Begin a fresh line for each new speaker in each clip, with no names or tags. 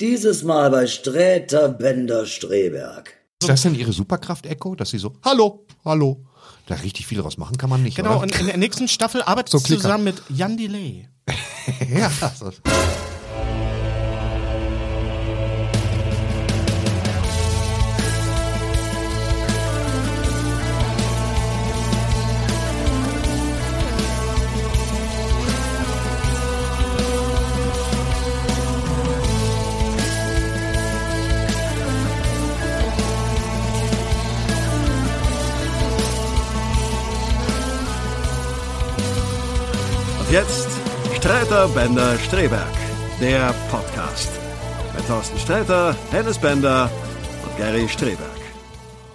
Dieses Mal bei Sträter Bender Streberg.
Ist das denn Ihre Superkraft, Echo? Dass Sie so, hallo, hallo. Da richtig viel draus machen kann man nicht.
Genau,
oder?
und in der nächsten Staffel arbeitet
So
sie
Klicker.
zusammen mit Jan Delay.
ja, so.
Und jetzt Streiter Bender Streberg, der Podcast. Mit Thorsten Streiter, Hennes Bender und Gary Streberg.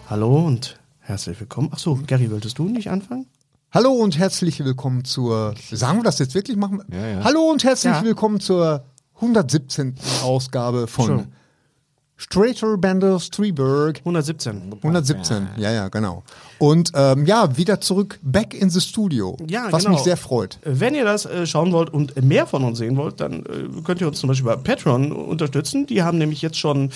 Hallo und herzlich willkommen. Ach so, Gary, wolltest du nicht anfangen?
Hallo und herzlich willkommen zur. Sagen wir das jetzt wirklich? Machen wir-
Ja, ja.
Hallo und herzlich
Ja.
willkommen zur 117. Ausgabe von
Schon.
Straighter Bender Streberg.
117.
117, ja, ja, genau. Und ähm, ja, wieder zurück, back in the studio.
Ja,
was
genau.
mich sehr freut.
Wenn ihr das äh, schauen wollt und mehr von uns sehen wollt, dann äh, könnt ihr uns zum Beispiel bei Patreon unterstützen. Die haben nämlich jetzt schon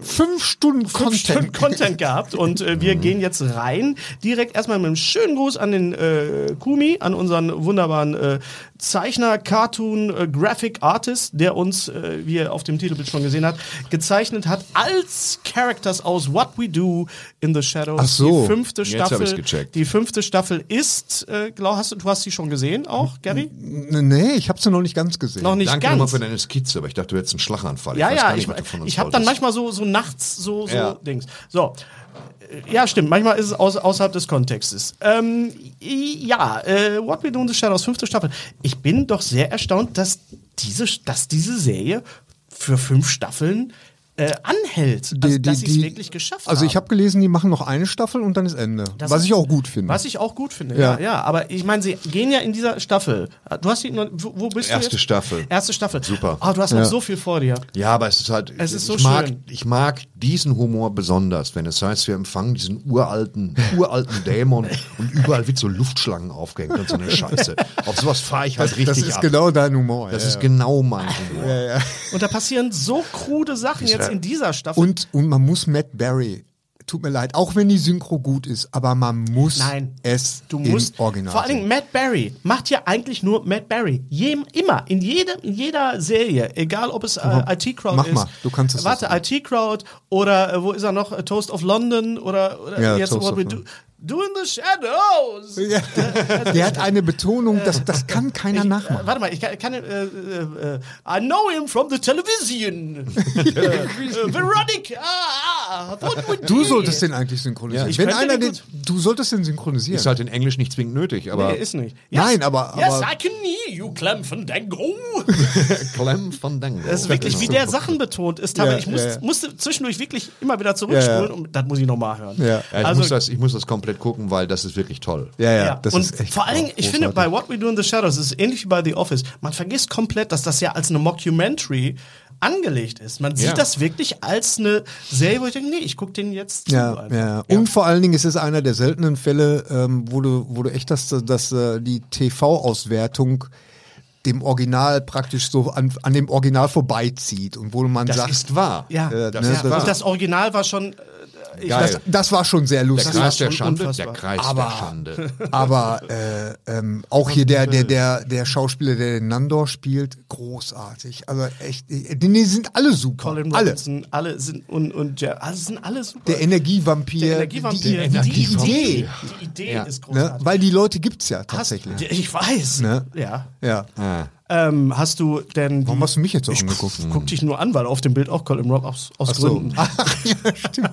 Fünf Stunden
fünf Stunden
Content.
Content gehabt und äh,
Mhm.
wir gehen jetzt rein. Direkt erstmal mit einem schönen Gruß an den äh, Kumi, an unseren wunderbaren äh, Zeichner, Cartoon, äh, Graphic Artist, der uns, äh, wie ihr auf dem Titelbild schon gesehen habt, gezeichnet hat als Characters aus What We Do in the Shadows.
Ach so.
Die fünfte
Jetzt hab
Staffel.
ich's gecheckt.
Die fünfte Staffel ist, äh, glaub, hast du, du hast sie schon gesehen auch, Gary?
Nee, ich habe sie noch nicht ganz gesehen.
Noch nicht
Danke
ganz.
nochmal für deine Skizze, aber ich dachte, du hättest einen Schlaganfall.
Ja,
ich weiß
ja,
gar nicht,
ich,
was du von uns
ich habe dann
wolltest.
manchmal so, so nachts so, so
Ja.
Dings. So. Äh, Ja, stimmt. Manchmal ist es aus, außerhalb des Kontextes. Ähm, i- ja, äh, What We Do in the Shadows, fünfte Staffel. Ich bin doch sehr erstaunt, dass diese, dass diese Serie für fünf Staffeln äh, anhält. Also,
Die- die-
dass sie es
die-
wirklich geschafft
Also ich
haben.
habe gelesen, die machen noch eine Staffel und dann ist Ende.
Das
was
ist-
ich auch gut finde.
Was ich auch gut finde, ja.
Ja.
ja, Aber ich meine, sie gehen ja in dieser Staffel. Du hast die, noch- wo wo bist du?
Erste
jetzt?
Staffel.
Erste Staffel.
Super.
Aber du hast noch
Ja.
so viel vor dir.
Ja, aber es ist halt.
Es ist so
ich mag,
schön.
Ich mag diesen Humor besonders, wenn es heißt, wir empfangen diesen uralten, uralten Dämon und überall wird so Luftschlangen aufgehängt und so eine Scheiße. Auf sowas fahre ich halt
das,
richtig
das ist
ab.
genau dein Humor.
das
ja,
ist
ja.
genau mein Humor.
Und da passieren so krude Sachen jetzt in dieser Staffel.
Und, und man muss Matt Barry. Tut mir leid, auch wenn die Synchro gut ist, aber man muss
Nein,
es
du musst
im Original.
vor allen Dingen
sehen.
Matt Barry macht ja eigentlich nur Matt Barry. Jem, immer in jedem in jeder Serie, egal ob es äh, IT Crowd
mach
ist.
mal, du kannst das
Warte,
auch sagen.
IT Crowd oder äh, wo ist er noch Äh, Toast of London oder, oder
Ja,
jetzt
Toast
what
of
we do,
London.
do in the Shadows.
ja. Der hat eine Betonung, das, das kann keiner
Äh,
nachmachen.
Warte mal, ich kann, kann äh, äh, äh, I know him from the television. äh, äh, Veronica. Ah, what would
Du
be?
solltest den eigentlich synchronisieren.
Ja, ich
wenn
könnte
einer
den
den, du solltest den synchronisieren.
Ist halt in Englisch nicht zwingend nötig, aber
Nee, ist nicht.
Nein, aber-
yes,
aber-
I can hear you, Clem Fandango.
Clem Genau. Fandango.
Das ist wirklich, wie der Sachen betont ist. Aber
Ja,
ich muss,
ja, ja.
musste zwischendurch wirklich immer wieder zurückspulen.
Ja, ja.
Und das muss ich nochmal hören. Also,
Ja.
Ja, ich, muss das, ich muss das komplett gucken, weil das ist wirklich toll.
ja, ja,
ja.
das
und
ist echt
vor allen Dingen, ich finde, bei What
großartig.
We Do in the Shadows ist es ähnlich wie bei The Office. Man vergisst komplett, dass das ja als eine Mockumentary angelegt ist. Man sieht
Ja.
das wirklich als eine Serie, wo ich denke, nee, ich gucke den jetzt zu
ja,
einfach.
ja. Um- Und vor allen Dingen ist es einer der seltenen Fälle, ähm, wo, du, wo du echt das, das, äh, die TV-Auswertung dem Original praktisch so an, an dem Original vorbeizieht und wo man
Das
sagt,
ist wahr.
Ja.
Äh,
das
ne,
ist
das-
wahr.
Und das Original war schon, äh,
Geil.
das, das war schon sehr
der
lustig.
Kreis der
schon
Schande.
unfassbar.
Der Kreis
Aber-
der Schande.
Aber äh, ähm, auch hier der, der, der, der Schauspieler, der den Nandor spielt, großartig. Also echt, äh, die, die sind alle super.
Colin
alle.
Robinson, alle, sind, und, und ja, also sind alle super.
Der Energievampir.
Der Energievampir.
Die,
Der
die,
Energievampir.
Idee,
Idee.
die Idee
Ja.
ist großartig.
ne? Weil die Leute gibt's ja
Hast-
tatsächlich.
ich weiß.
Ne?
Ja.
Ja.
Ähm, hast du denn.
Warum hast du mich jetzt so
ich guck,
angeguckt?
guck dich nur an, weil auf dem Bild auch Colin Rob aus, aus
Ach so.
Gründen.
Ach, ja, stimmt.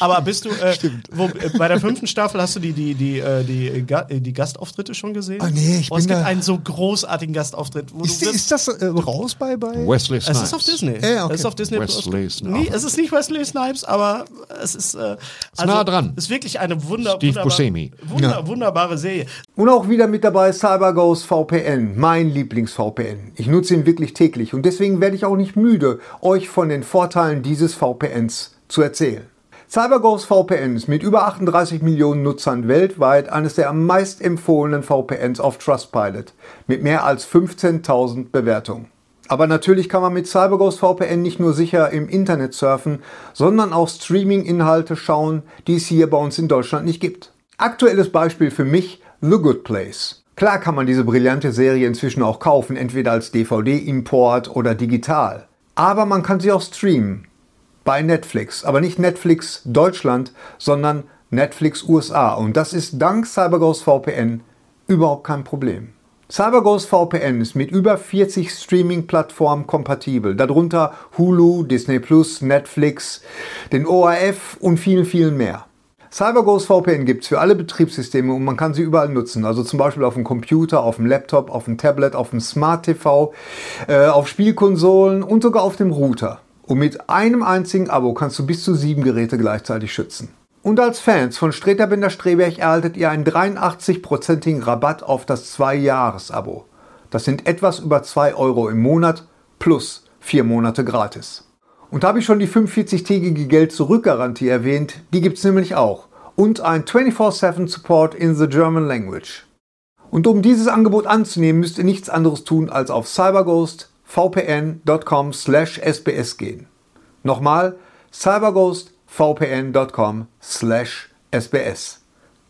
Aber bist du. Äh, wo, äh, bei der fünften Staffel hast du die, die, die, äh, die, äh, Ga- äh, die Gastauftritte schon gesehen?
Ah, nee, ich
oh, Es
bin
gibt
da-
einen so großartigen Gastauftritt, wo
Ist,
du.
ist das äh, raus bei bei?
Wesley
es
Snipes.
ist auf Disney.
Ja, okay.
Es ist auf Disney
Wesley
Plus.
Snipes.
Nee, es ist nicht Wesley Snipes, aber es ist, äh,
nah dran.
Ist wirklich eine wunder,
Steve
wunderbar-
Buscemi.
Wunder, wunderbare Serie.
Und auch wieder mit dabei CyberGhost VPN, mein Lieblings-VPN. Ich nutze ihn wirklich täglich und deswegen werde ich auch nicht müde, euch von den Vorteilen dieses VPNs zu erzählen. CyberGhost VPN ist mit über 38 Millionen Nutzern weltweit eines der am meist empfohlenen VPNs auf Trustpilot mit mehr als 15.000 Bewertungen. Aber natürlich kann man mit CyberGhost VPN nicht nur sicher im Internet surfen, sondern auch Streaming-Inhalte schauen, die es hier bei uns in Deutschland nicht gibt. Aktuelles Beispiel für mich, The Good Place. Klar kann man diese brillante Serie inzwischen auch kaufen, entweder als DVD-Import oder digital. Aber man kann sie auch streamen. Bei Netflix. Aber nicht Netflix Deutschland, sondern Netflix USA. Und das ist dank CyberGhost VPN überhaupt kein Problem. CyberGhost VPN ist mit über 40 Streaming-Plattformen kompatibel, darunter Hulu, Disney Netflix, den ORF und vielen, vielen mehr. CyberGhost VPN gibt es für alle Betriebssysteme und man kann sie überall nutzen. Also zum Beispiel auf dem Computer, auf dem Laptop, auf dem Tablet, auf dem Smart TV, äh, auf Spielkonsolen und sogar auf dem Router. Und mit einem einzigen Abo kannst du bis zu sieben Geräte gleichzeitig schützen. Und als Fans von Streterbender Streberg erhaltet ihr einen 83-prozentigen Rabatt auf das 2-Jahres-Abo. Das sind etwas über 2 Euro im Monat plus 4 Monate gratis. Und da habe ich schon die 45-tägige Geld-Zurück-Garantie erwähnt, die gibt es nämlich auch. Und ein 24-7-Support in the German Language. Und um dieses Angebot anzunehmen, müsst ihr nichts anderes tun, als auf cyberghostvpn.com slash sbs gehen. Nochmal, cyberghost vpn.com slash sbs.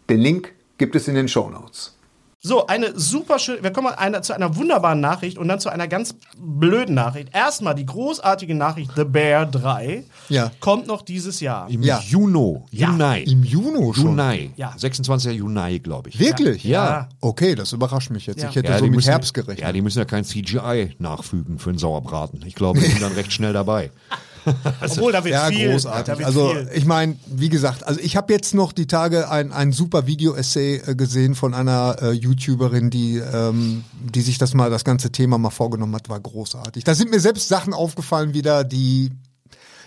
Den Link gibt es in den Shownotes.
So, eine super schöne, wir kommen einer, zu einer wunderbaren Nachricht und dann zu einer ganz blöden Nachricht. Erstmal die großartige Nachricht, The Bear 3,
Ja.
kommt noch dieses Jahr.
Im
Ja.
Juno.
Ja.
Juni.
Im Juni schon.
Juni.
Ja.
26. Juni, glaube ich.
Wirklich?
Ja.
Okay, das überrascht mich jetzt.
Ja.
Ich hätte
Ja,
so
die
mit
müssen,
Herbst gerechnet.
Ja, die müssen ja kein CGI nachfügen für einen Sauerbraten. Ich glaube, die sind dann recht schnell dabei.
Obwohl, da wird
Ja,
viel. Da
großartig.
wird
Also
viel.
ich meine, wie gesagt, also ich habe jetzt noch die Tage ein, ein super Video-Essay äh, gesehen von einer äh, YouTuberin, die, ähm, die sich das mal, das ganze Thema mal vorgenommen hat, war großartig. Da sind mir selbst Sachen aufgefallen wieder, die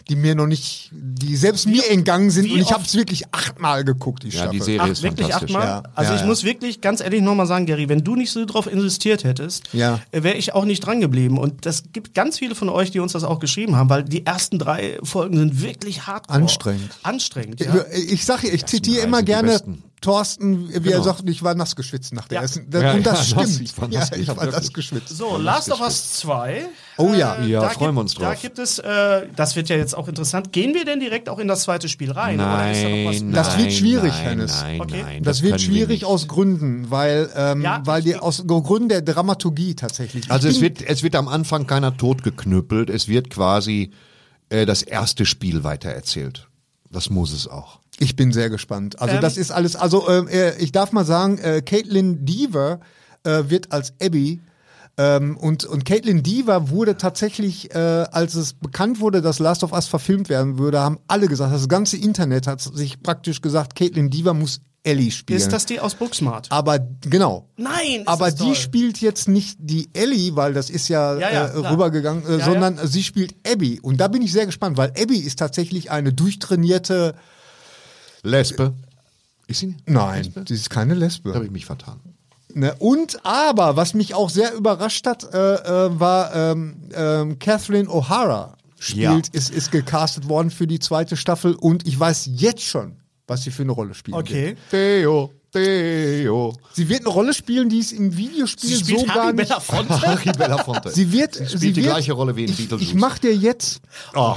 die mir noch nicht, die selbst mir entgangen sind
wie
und ich
oft-
habe es wirklich achtmal geguckt, die
Ja, die
Staffel.
Serie
Ach,
ist
wirklich
fantastisch.
achtmal?
Ja.
Also
Ja,
ich
ja.
muss wirklich ganz ehrlich nochmal sagen, Gary, wenn du nicht so drauf insistiert hättest,
Ja.
wäre ich auch nicht dran geblieben. Und das gibt ganz viele von euch, die uns das auch geschrieben haben, weil die ersten drei Folgen sind wirklich hardcore.
Anstrengend.
Anstrengend,
Ich-
ja.
äh, Ich sage, ich zitiere
drei
immer
sind die
gerne
besten.
Thorsten, wie er
Genau.
sagt, ich war nass geschwitzt nach der
Ja.
ersten. Das,
Ja,
und das
ich war nass,
stimmt.
ich war nass,
ja, ich
ich hab
war nass
wirklich-
geschwitzt.
So, Last of Us 2.
Oh ja.
Ja,
da
freuen
gibt,
wir uns drauf.
Da gibt es, äh, das wird ja jetzt auch interessant. Gehen wir denn direkt auch in das zweite Spiel rein? oder ist da noch was?
Nein,
Das
nein,
wird schwierig,
nein,
Hennes.
Nein,
Okay.
nein,
Das, wird
können wir
schwierig
nicht.
aus Gründen, weil, ähm,
Ja,
weil die
ich-
aus Gründen der Dramaturgie tatsächlich.
Also
Ich
es
bin-
wird, es wird am Anfang keiner totgeknüppelt. Es wird quasi äh, das erste Spiel weitererzählt. Das muss es auch.
Ich bin sehr gespannt. Also das ist alles. Also ähm, äh, ich darf mal sagen, äh, Caitlin Deaver äh, wird als Abby. Ähm, und, und Caitlin Deaver wurde tatsächlich, äh, als es bekannt wurde, dass Last of Us verfilmt werden würde, haben alle gesagt, das ganze Internet hat sich praktisch gesagt, Caitlin Deaver muss Ellie spielen.
Ist das die aus Booksmart?
Ah,
Aber genau.
Nein, ist
aber
das
die
toll.
spielt jetzt nicht die Ellie, weil das ist ja,
Ja, ja,
äh,
klar.
rübergegangen, äh,
Ja,
sondern sie spielt Abby. Und da bin ich sehr gespannt, weil Abby ist tatsächlich eine durchtrainierte.
Lesbe. Ist sie?
Nein, sie ist keine
Da habe
Lesbe.
ich mich vertan.
Ne? Und aber, was mich auch sehr überrascht hat, äh, äh, war ähm, ähm, Catherine O'Hara spielt,
Ja.
ist, ist gecastet worden für die zweite Staffel und ich weiß jetzt schon, was sie für eine Rolle spielen
Okay.
wird.
Theo, Theo.
Sie wird eine Rolle spielen, die es im Videospiel
Sie spielt
so gar
Harry
nicht.
Belafonte?
Harry Belafonte.
Sie wird,
spielt
sie
die
wird,
gleiche Rolle wie in
ich,
Beetlejuice.
Ich mach dir jetzt,
Oh,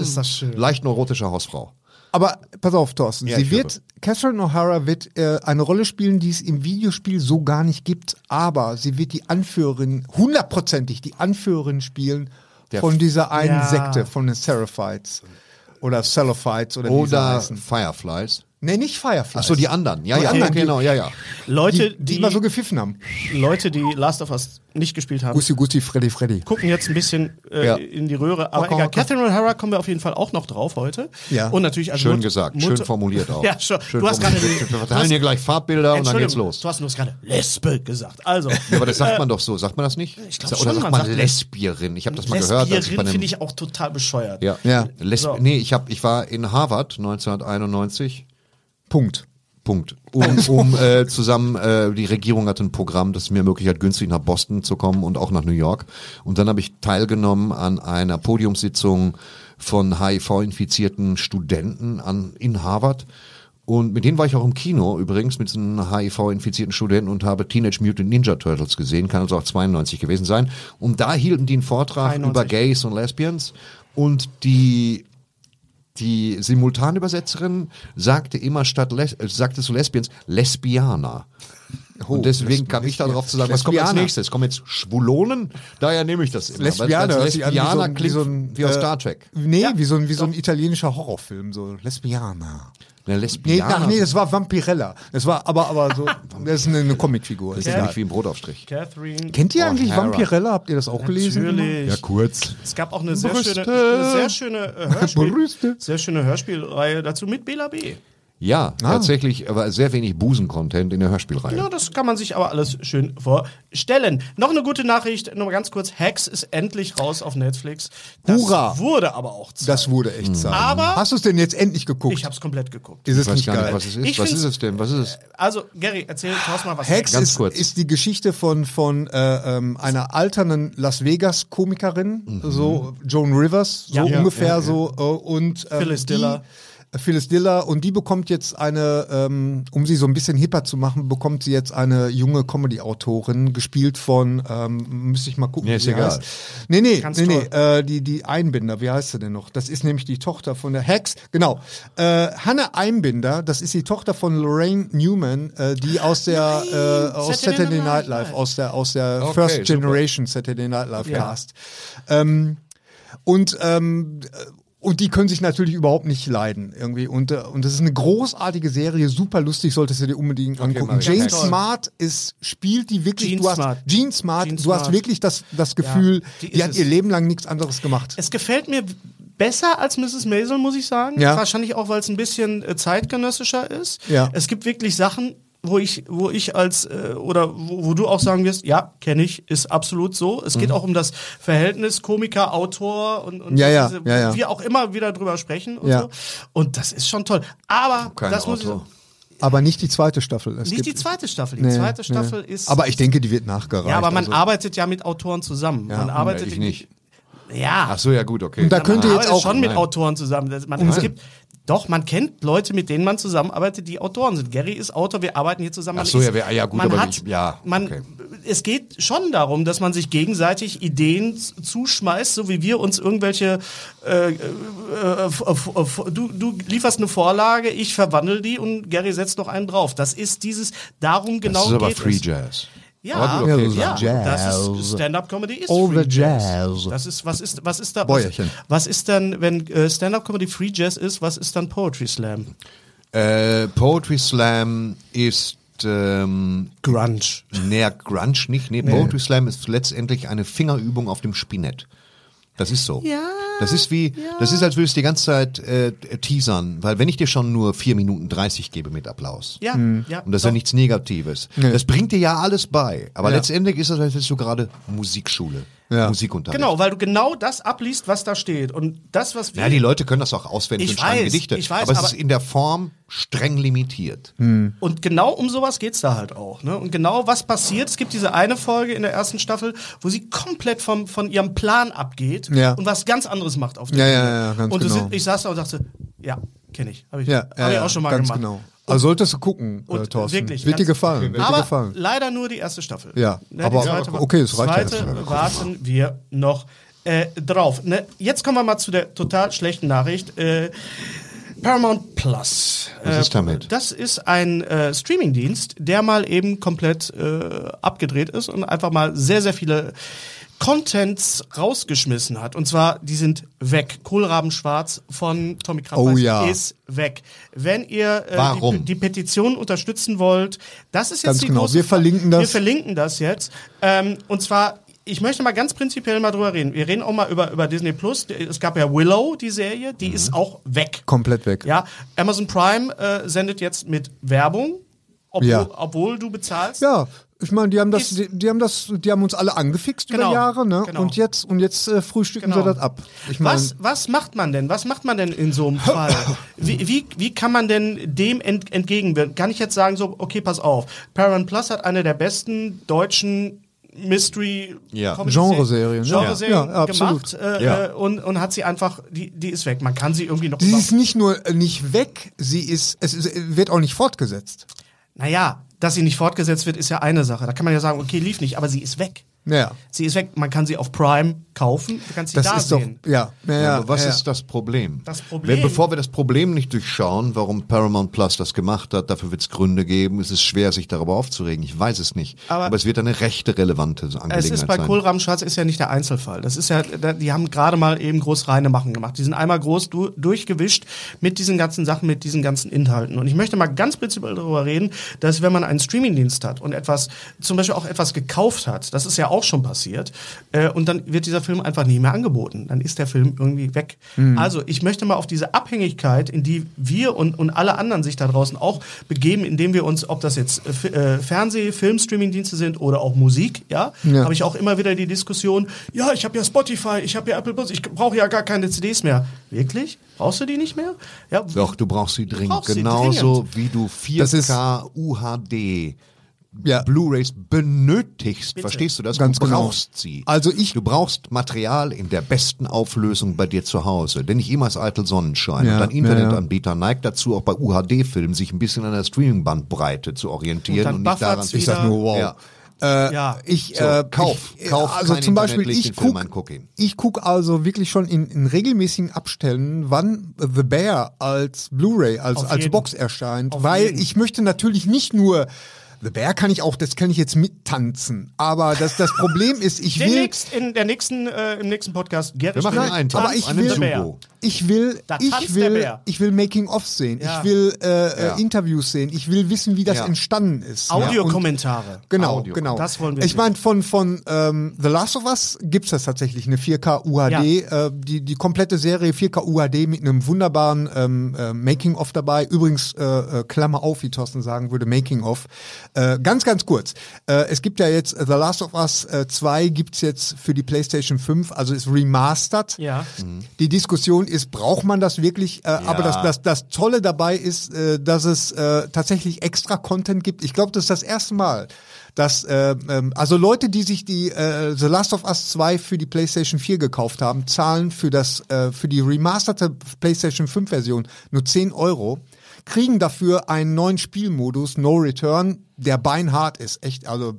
ist das schön.
Leicht neurotische Hausfrau.
aber pass auf, Thorsten.
Ja,
sie
ich
wird, Catherine O'Hara wird äh, eine Rolle spielen, die es im Videospiel so gar nicht gibt. Aber sie wird die Anführerin, hundertprozentig die Anführerin spielen von dieser einen
Ja.
Sekte, von den Seraphites. Oder Celophites oder, wie sie
Oder
heißen.
Fireflies.
Nee, nicht Fireflies.
Achso, die anderen. Ja,
Die
ja,
anderen,
okay,
die-
genau, ja, ja.
Leute,
Die, die,
die,
immer so gepfiffen haben.
Leute, die Last of Us nicht gespielt haben,
Gussi, Gussi, Freddy, Freddy.
gucken jetzt ein bisschen äh,
Ja. Oh,
in die Röhre. Aber
Hocker,
egal,
hocker.
Catherine O'Hara kommen wir auf jeden Fall auch noch drauf heute.
Ja.
Und natürlich als
Schön
Mut-
gesagt,
Mutter-
schön formuliert auch.
Ja, schon.
Schön
du hast gerade.
formuliert. Wir verteilen hier gleich Farbbilder und dann
Entschuldigung,
geht's los.
Du hast nur gerade Lesbe gesagt. Also.
Ja, aber das sagt man doch so. Sagt man das nicht? Ich
glaub
Oder
schon,
sagt
man
man,
sagt-
Lesbierin? Ich habe das mal gehört. als ich bei
Lesbierin
einem-
finde ich auch total bescheuert.
Ja.
Ja.
Lesb
So.
Nee, ich, hab, ich war in Harvard 1991.
Punkt.
Punkt. Um, um äh, zusammen, äh, die Regierung hatte ein Programm, das mir ermöglicht hat, günstig nach Boston zu kommen und auch nach New York. Und dann habe ich teilgenommen an einer Podiumssitzung von HIV-infizierten Studenten an, in Harvard. Und mit denen war ich auch im Kino übrigens, mit so einem HIV-infizierten Studenten und habe Teenage Mutant Ninja Turtles gesehen, kann also auch 92 gewesen sein. Und da hielten die einen Vortrag
93.
über Gays und Lesbians und die die Simultanübersetzerin sagte immer statt Les äh, sagte zu Lesbians Lesbianer.
Oh,
und deswegen kam ich darauf zu sagen, was kommt als
Lesbianer.
nächstes? Kommen jetzt Schwulonen? Daher nehme ich das immer. weil- weil
Lesbianer, hört sich an wie so ein-
Lesbianer
wie
klingt
so ein,
wie aus
äh,
Star Trek.
Nee, wie, so ein, wie so ein italienischer Horrorfilm, so Lesbianer.
Eine
Nee,
Lesbianer.
ach, nee, das war Vampirella. Das war aber, aber so, das ist eine, eine Comicfigur.
das
Ist
ist
egal.
nicht wie ein Brotaufstrich.
Catherine.
Kennt ihr eigentlich
O'Hara.
Vampirella? Habt ihr das auch gelesen?
Natürlich.
Ja, kurz.
Es gab auch eine sehr
Brüste.
schöne, eine sehr schöne, äh, Hörspiel,
Brüste.
sehr schöne Hörspielreihe dazu mit Bela B.
Ah.
Ja, tatsächlich, aber sehr wenig Busen-Content in der Hörspielreihe.
Ja, das kann man sich aber alles schön vorstellen. Noch eine gute Nachricht, nochmal ganz kurz. Hacks ist endlich raus auf Netflix. Das
Hurra.
wurde aber auch Zeit.
Das wurde
Hm.
echt Zeit.
Aber-
Hast du es denn jetzt endlich geguckt?
Ich hab's komplett geguckt.
ist es
Ich weiß
nicht
gar nicht,
geil?
was es ist.
Ich
was
find's-
ist es denn? Was ist es?
Also, Gary, erzähl Thorsten mal was.
Hex
Ganz
ist,
kurz.
ist die Geschichte von, von äh, ähm, einer alternden Las Vegas-Komikerin, so Joan Rivers, so
Mhm. Ja. Ja,
ungefähr so. Äh, und ähm,
Phyllis
die-
Diller.
äh, Phyllis Diller und die bekommt jetzt eine, ähm, um sie so ein bisschen hipper zu machen, bekommt sie jetzt eine junge Comedy-Autorin, gespielt von, ähm, müsste ich mal gucken,
Nee,
wie
ist
sie
egal.
heißt. Nee, nee,
Ganz
nee, nee
toll.
äh, die, die Einbinder, wie heißt sie denn noch? Das ist nämlich die Tochter von der Hex, genau. Äh, Hanne Einbinder, das ist die Tochter von Lorraine Newman, äh, die aus der äh, aus
Saturday
Saturday,
Night
Night
Live.
Live, aus der aus der
Okay,
First
super.
Generation Saturday Night Live Cast. Ähm, und ähm, und die können sich natürlich überhaupt nicht leiden irgendwie und äh, und das ist eine großartige Serie, super lustig, solltest du dir unbedingt angucken.
mach ich.
Jane
Ganz toll.
Smart ist spielt die wirklich
Jean
du hast
Smart.
Jean Smart,
Jean
du
Smart.
hast wirklich das das Gefühl,
die
die,
ist
hat
es.
ihr Leben lang nichts anderes gemacht.
Es gefällt mir besser als Mrs. Maisel, muss ich sagen.
Ja.
Wahrscheinlich auch, weil es ein bisschen äh, zeitgenössischer ist.
Ja.
Es gibt wirklich Sachen, wo ich, wo ich als, äh, oder wo, wo du auch sagen wirst, ja, kenne ich, ist absolut so. Es geht auch um das Verhältnis Komiker, Autor und, und
Mhm. Ja, ja,
diese,
ja, ja.
wir auch immer wieder drüber sprechen und
Ja.
so. Und das ist schon toll. Aber
Kein
das muss ich,
Autor.
sagen,
Aber nicht die zweite Staffel. Es
nicht die
gibt-
zweite Staffel. Die
Nee,
zweite
nee.
Staffel ist.
Aber ich denke, die wird nachgereicht.
ja, aber man
also.
arbeitet ja mit Autoren zusammen. man arbeitet
ich nicht.
Ja.
Ach so, ja gut, okay.
Und da
Man
könnt ihr jetzt
arbeitet
auch.
schon mit
Nein.
Autoren zusammen. Das- Man, es gibt doch, man kennt Leute, mit denen man zusammenarbeitet, die Autoren sind. Gary ist Autor, wir arbeiten hier zusammen. Man
Ach so,
ist,
ja, wir- ah, ja, gut,
man
aber
hat,
ich- ja,
man,
okay.
Es geht schon darum, dass man sich gegenseitig Ideen z- zuschmeißt, so wie wir uns irgendwelche äh, f- f- f- du, du lieferst eine Vorlage, ich verwandle die und Gary setzt noch einen drauf. Das ist dieses, darum genau
das ist aber
geht
Free
es.
Jazz.
Ja,
Aber gut, okay.
ja,
Jazz.
das ist Stand-up-Comedy ist
All
Free
the Jazz.
Das ist was ist was ist da was,
Bäuerchen.
was ist dann wenn äh, Stand-up-Comedy Free Jazz ist, was ist dann Poetry Slam?
Äh, Poetry Slam ist ähm,
Grunge.
näher Grunge nicht. Nee, Poetry Slam ist letztendlich eine Fingerübung auf dem Spinett. Das ist so.
Ja,
Das ist wie, das ist, als würdest du die ganze Zeit äh, teasern, weil wenn ich dir schon nur 4 Minuten 30 gebe mit Applaus.
Ja,
Hm.
ja.
Und das ist ja nichts Negatives. Das bringt dir ja alles bei. Aber letztendlich ist das, als hättest du gerade Musikschule, Musikunterricht.
Genau, weil du genau das abliest, was da steht und das was wir
Ja, die Leute können das auch auswendig
Ich
und schreiben
weiß,
Gedichte.
ich weiß,
aber es
aber-
ist in der Form streng limitiert.
Und genau um sowas geht's da halt auch. Ne? Und genau was passiert, es gibt diese eine Folge in der ersten Staffel, wo sie komplett vom, von ihrem Plan abgeht
Ja.
und was ganz anderes macht auf der
Ja,
Bühne.
ja, ja, ganz
und du
genau.
sit- ich saß da und dachte, ja, kenne ich. Habe ich,
Ja,
hab
ja,
ich
ja,
auch schon mal
ganz
gemacht.
Genau. Also solltest du gucken, äh,
Und
Thorsten.
wirklich,
Wird dir
ganz-
gefallen. Wird dir
Aber
gefallen.
leider nur die erste Staffel.
Ja,
Ne,
aber
die zweite, war-
okay, es reicht ja
zweite
jetzt.
warten wir noch äh, drauf. Ne? Jetzt kommen wir mal zu der total schlechten Nachricht. Äh, Paramount Plus. Äh,
Was ist damit?
Das ist ein äh, Streamingdienst, der mal eben komplett äh, abgedreht ist und einfach mal sehr, sehr viele Contents rausgeschmissen hat. Und zwar, die sind weg. Kohlrabenschwarz von Tommy Krampus
Oh ja.
ist weg. Wenn ihr äh,
Warum?
Die, die Petition unterstützen wollt, das ist jetzt
Ganz
die
genau.
große
Wir
Fra-
verlinken das.
Wir verlinken das jetzt. Ähm, und zwar ich möchte mal ganz prinzipiell mal drüber reden. Wir reden auch mal über, über Disney Plus. Es gab ja Willow, die Serie, die ist auch weg.
Komplett weg.
Ja, Amazon Prime äh, sendet jetzt mit Werbung, obwohl,
Ja.
obwohl du bezahlst.
Ja, ich meine, die haben das,
Ist-
die, die haben das, die haben uns alle angefixt
Genau,
über Jahre, ne?
genau.
Und jetzt und jetzt äh, frühstücken
Genau.
sie das ab. Ich meine,
was, was macht man denn? Was macht man denn in so einem Fall? Wie, wie, wie kann man denn dem ent, entgegenwirken? Kann ich jetzt sagen, so, okay, pass auf, Paramount Plus hat eine der besten deutschen Mystery
Ja.
Comedy-Serien-
Genreserien, ja.
Genreserien
Ja, ja, absolut.
gemacht äh,
Ja.
äh, und, und hat sie einfach, die, die ist weg. Man kann sie irgendwie noch.
Sie
über-
ist nicht nur äh, nicht weg, sie ist, es ist, wird auch nicht fortgesetzt.
Naja, dass sie nicht fortgesetzt wird, ist ja eine Sache. Da kann man ja sagen, okay, lief nicht, aber sie ist weg.
Ja,
Sie ist weg. Man kann sie auf Prime kaufen. Du kannst sie
das
da
ist
sehen.
doch, ja, ja, ja
aber was
ja.
ist das Problem?
Das Problem-
Wenn, bevor wir das Problem nicht durchschauen, warum Paramount Plus das gemacht hat, dafür wird es Gründe geben. Es ist schwer, sich darüber aufzuregen. Ich weiß es nicht.
Aber-
Aber, es wird eine rechte relevante Angelegenheit
Es ist bei
sein.
Kohlramschatz ist ja nicht der Einzelfall. Das ist ja, da- die haben gerade mal eben groß reine Machen gemacht. Die sind einmal groß du, durchgewischt mit diesen ganzen Sachen, mit diesen ganzen Inhalten. Und ich möchte mal ganz prinzipiell darüber reden, dass wenn man einen Streamingdienst hat und etwas, zum Beispiel auch etwas gekauft hat, das ist ja auch schon passiert, äh, und dann wird dieser Film einfach nicht mehr angeboten. Dann ist der Film irgendwie weg. Also ich möchte mal auf diese Abhängigkeit, in die wir und, und alle anderen sich da draußen auch begeben, indem wir uns, ob das jetzt äh, F- äh, Fernseh, Film-Streaming-Dienste sind oder auch Musik, ja,
Ja.
habe ich auch immer wieder die Diskussion, ja, ich habe ja Spotify, ich habe ja Apple Plus, ich brauche ja gar keine CDs mehr. Wirklich? Brauchst du die nicht mehr? Ja,
Doch, du brauchst sie dringend.
brauchst sie
Genauso wie du
Das ist-
4K UHD
ja.
Blu-rays benötigst. Verstehst du das?
Ganz
du
genau.
brauchst sie.
Also ich-
Du brauchst Material in der besten Auflösung bei dir zu Hause. Denn nicht immer ist eitel Sonnenschein.
Ja,
und dein
ja,
Internetanbieter neigt dazu, auch bei UHD-Filmen sich ein bisschen an der Streaming-Bandbreite zu
Und
orientieren
dann
und, nicht daran
buffert's
zu
Ich sag nur, wow.
Ja.
ja.
Ich,
So,
äh,
kauf,
ich, äh,
kauf
Also
kein
zum Beispiel,
Internet, leg
ich
den Film
guck,
an, guck ihn.
ich guck also wirklich schon in, in regelmäßigen Abständen, wann äh, The Bear als Blu-ray, als,
Auf
als
jeden.
Box erscheint,
Auf
weil
jeden.
ich möchte natürlich nicht nur The Bear kann ich auch, das kann ich jetzt mittanzen. Aber das, das Problem ist, ich will,
Demnächst in der nächsten, äh, im nächsten Podcast, Gerrit
Wir machen
Schmidt,
einen Tanz,
aber ich
einen
will-
Jugo.
ich will,
Da tanzt
ich
der
will,
Bär.
ich will Making-ofs sehen.
Ja.
Ich will äh,
Ja.
äh, Interviews sehen. Ich will wissen, wie das
Ja.
entstanden ist. Ja. Und-
Audiokommentare.
Genau,
Audio.
genau.
Das wollen wir
Ich meine, von, von ähm, The Last of Us gibt's das tatsächlich, eine 4K UHD, äh, die, die komplette Serie 4K UHD mit einem wunderbaren ähm, äh, Making-of dabei. Übrigens, äh, äh, Klammer auf, wie Thorsten sagen würde, Making-of. Äh, ganz, ganz kurz. Äh, es gibt ja jetzt äh, The Last of Us äh, 2 gibt's jetzt für die PlayStation 5, also ist remastered.
Ja.
Mhm. Die Diskussion ist, braucht man das wirklich? Äh, Aber das, das, das Tolle dabei ist, äh, dass es äh, tatsächlich extra Content gibt. Ich glaube, das ist das erste Mal, dass äh, ähm, also Leute, die sich die äh, The Last of Us 2 für die PlayStation 4 gekauft haben, zahlen für das äh, für die remasterte PlayStation 5 Version nur 10 Euro, kriegen dafür einen neuen Spielmodus No Return, der beinhart ist, echt also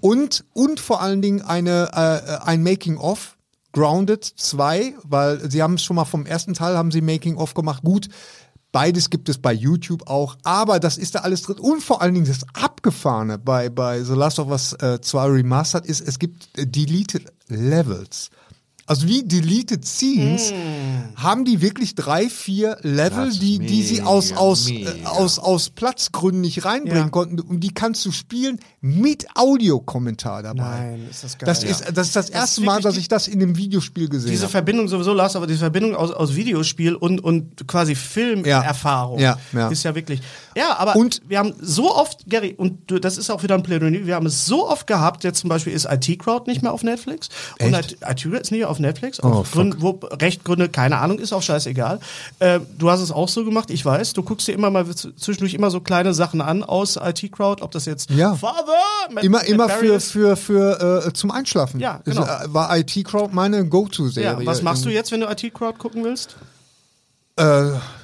und und vor allen Dingen eine äh, ein Making of Grounded 2, weil sie haben es schon mal vom ersten Teil, haben sie Making-of gemacht. Gut, beides gibt es bei YouTube auch, aber das ist da alles drin. Und vor allen Dingen das Abgefahrene bei, bei The Last of Us äh, 2 Remastered ist, es gibt äh, Deleted Levels. Also wie Deleted Scenes haben die wirklich drei, vier Level,
Das ist
die, die sie aus,
mega,
aus, äh,
mega.
aus, aus Platzgründen nicht reinbringen
Ja.
konnten. Und die kannst du spielen mit Audiokommentar dabei.
Nein, ist das geil.
Das, ist, das ist das erste
wirklich
Mal, dass
die-
ich das in einem Videospiel gesehen
Diese
habe.
Verbindung sowieso, Lars, aber diese Verbindung aus, aus Videospiel und, und quasi
Ja.
Filmerfahrung
Ja, ja.
ist ja wirklich. Ja, aber
Und-
wir haben so oft, Gary, und du, das ist auch wieder ein Plädoyer, wir haben es so oft gehabt, jetzt zum Beispiel ist IT-Crowd nicht mehr auf Netflix. Und IT Crowd ist nicht mehr auf Netflix.
Oh,
Aus Gründen, wo Rechtgründe, keine Ahnung, ist auch scheißegal. Äh, du hast es auch so gemacht, ich weiß. Du guckst dir immer mal z- zwischendurch immer so kleine Sachen an aus IT-Crowd, ob das jetzt
Ja.
Father, Matt-
Immer,
Matt
immer
Berry
für,
ist.
für, für äh, zum Einschlafen.
Ja, genau.
Ist, äh, war IT Crowd meine Go-To-Serie.
ja, was machst du jetzt, wenn du IT-Crowd gucken willst?
Äh,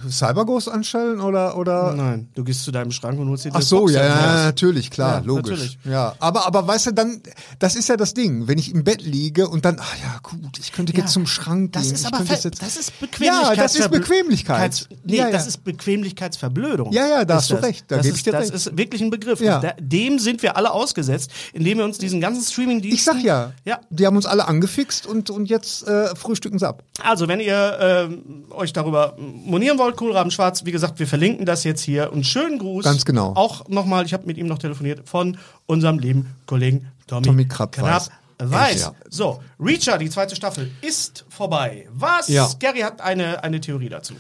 Cyberghost anstellen oder. oder?
Nein, du gehst zu deinem Schrank und holst dir
Ach
die
so,
Box
ja,
raus.
ja, natürlich, klar,
Ja,
logisch.
natürlich.
Ja, aber, aber weißt du, dann, das ist ja das Ding, wenn ich im Bett liege und dann, ach ja, gut, ich könnte
Ja,
jetzt zum Schrank
Das
gehen.
ist
ich
aber
könnte
ver-
jetzt jetzt-
das ist
Ja,
Bequemlichkeit.
das ist Bequemlichkeit.
Nee,
ja, ja.
das ist Bequemlichkeitsverblödung.
Ja, ja, da
ist
hast du
das.
recht, da
das
geb ich
ist,
dir
Das
recht.
ist wirklich ein Begriff.
Ja.
Und da- Dem sind wir alle ausgesetzt, indem wir uns diesen ganzen Streaming-Diensten...
Ich sag ja,
Ja,
die haben uns alle angefixt und, und jetzt äh, frühstücken sie ab.
also wenn ihr ähm, euch darüber monieren wollt, Kohlraben Schwarz, wie gesagt, wir verlinken das jetzt hier. Und schönen Gruß.
Ganz genau.
Auch nochmal, ich habe mit ihm noch telefoniert, von unserem lieben Kollegen Tommy,
Tommy Krapp-Weiß.
Weiß.
Ja.
So, Reacher, die zweite Staffel ist vorbei. Was?
Ja.
Gary hat eine, eine Theorie dazu.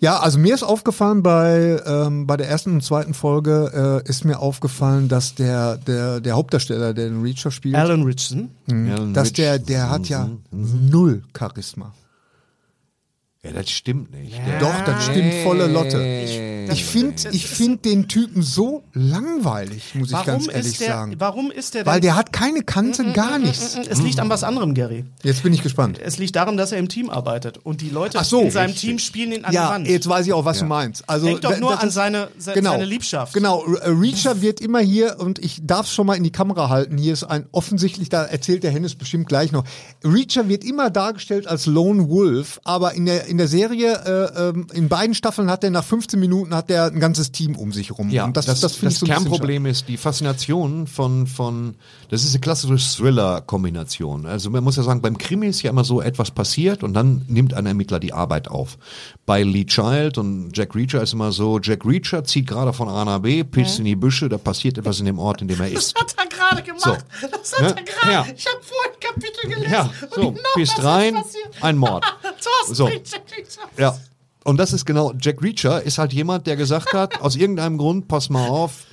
Ja, also mir ist aufgefallen bei ähm, bei der ersten und zweiten Folge äh, ist mir aufgefallen, dass der der der Hauptdarsteller, der den Reacher spielt, hm,
Alan Mhm. Richardson.
dass der der hat ja null Charisma.
Ja, das stimmt nicht.
Doch, das stimmt volle Lotte.
Äh,
Ich finde ich find den Typen so langweilig, muss ich
Warum
ganz ehrlich
ist der, Mhm,
sagen.
Warum ist der
Weil
denn-
der hat keine Kante, gar nichts.
Es liegt an was anderem, Gary.
Jetzt bin ich gespannt.
Es liegt daran, dass er im Team arbeitet. Und die Leute
Ach so.
in seinem Team spielen ihn an
ja,
die Wand.
jetzt weiß ich auch, was du meinst. Also,
Denkt doch
da-
nur
das
an
ist-
seine- se- seine Liebschaft.
Genau, Re- Reacher wird immer hier, und ich darf es schon mal in die Kamera halten, hier ist ein offensichtlich, da erzählt der Hennes bestimmt gleich noch, Reacher wird immer dargestellt als Lone Wolf, aber in der, in der Serie, äh, ähm, in beiden Staffeln hat er nach 15 Minuten hat der ein ganzes Team um sich rum.
Ja,
und
das, das,
find ich so ein bisschen
Kernproblem ist die Faszination von, von das ist eine klassische Thriller-Kombination. Also man muss ja sagen, beim Krimi ist ja immer so, etwas passiert und dann nimmt ein Ermittler die Arbeit auf. Bei Lee Child und Jack Reacher ist immer so, Jack Reacher zieht gerade von A nach B, pisst in die Büsche, da passiert etwas in dem Ort, in dem er ist.
hat er gerade gemacht.
So.
Das hat
Ne?
er gerade.
Ja.
Ich habe vorhin Kapitel gelesen.
Ja, so, pisst
das
rein,
ist passiert.
ein Mord.
Thorsten
So.
Richard Richard.
Ja. Und das ist genau, Jack Reacher ist halt jemand, der gesagt hat, aus irgendeinem Grund, pass mal auf,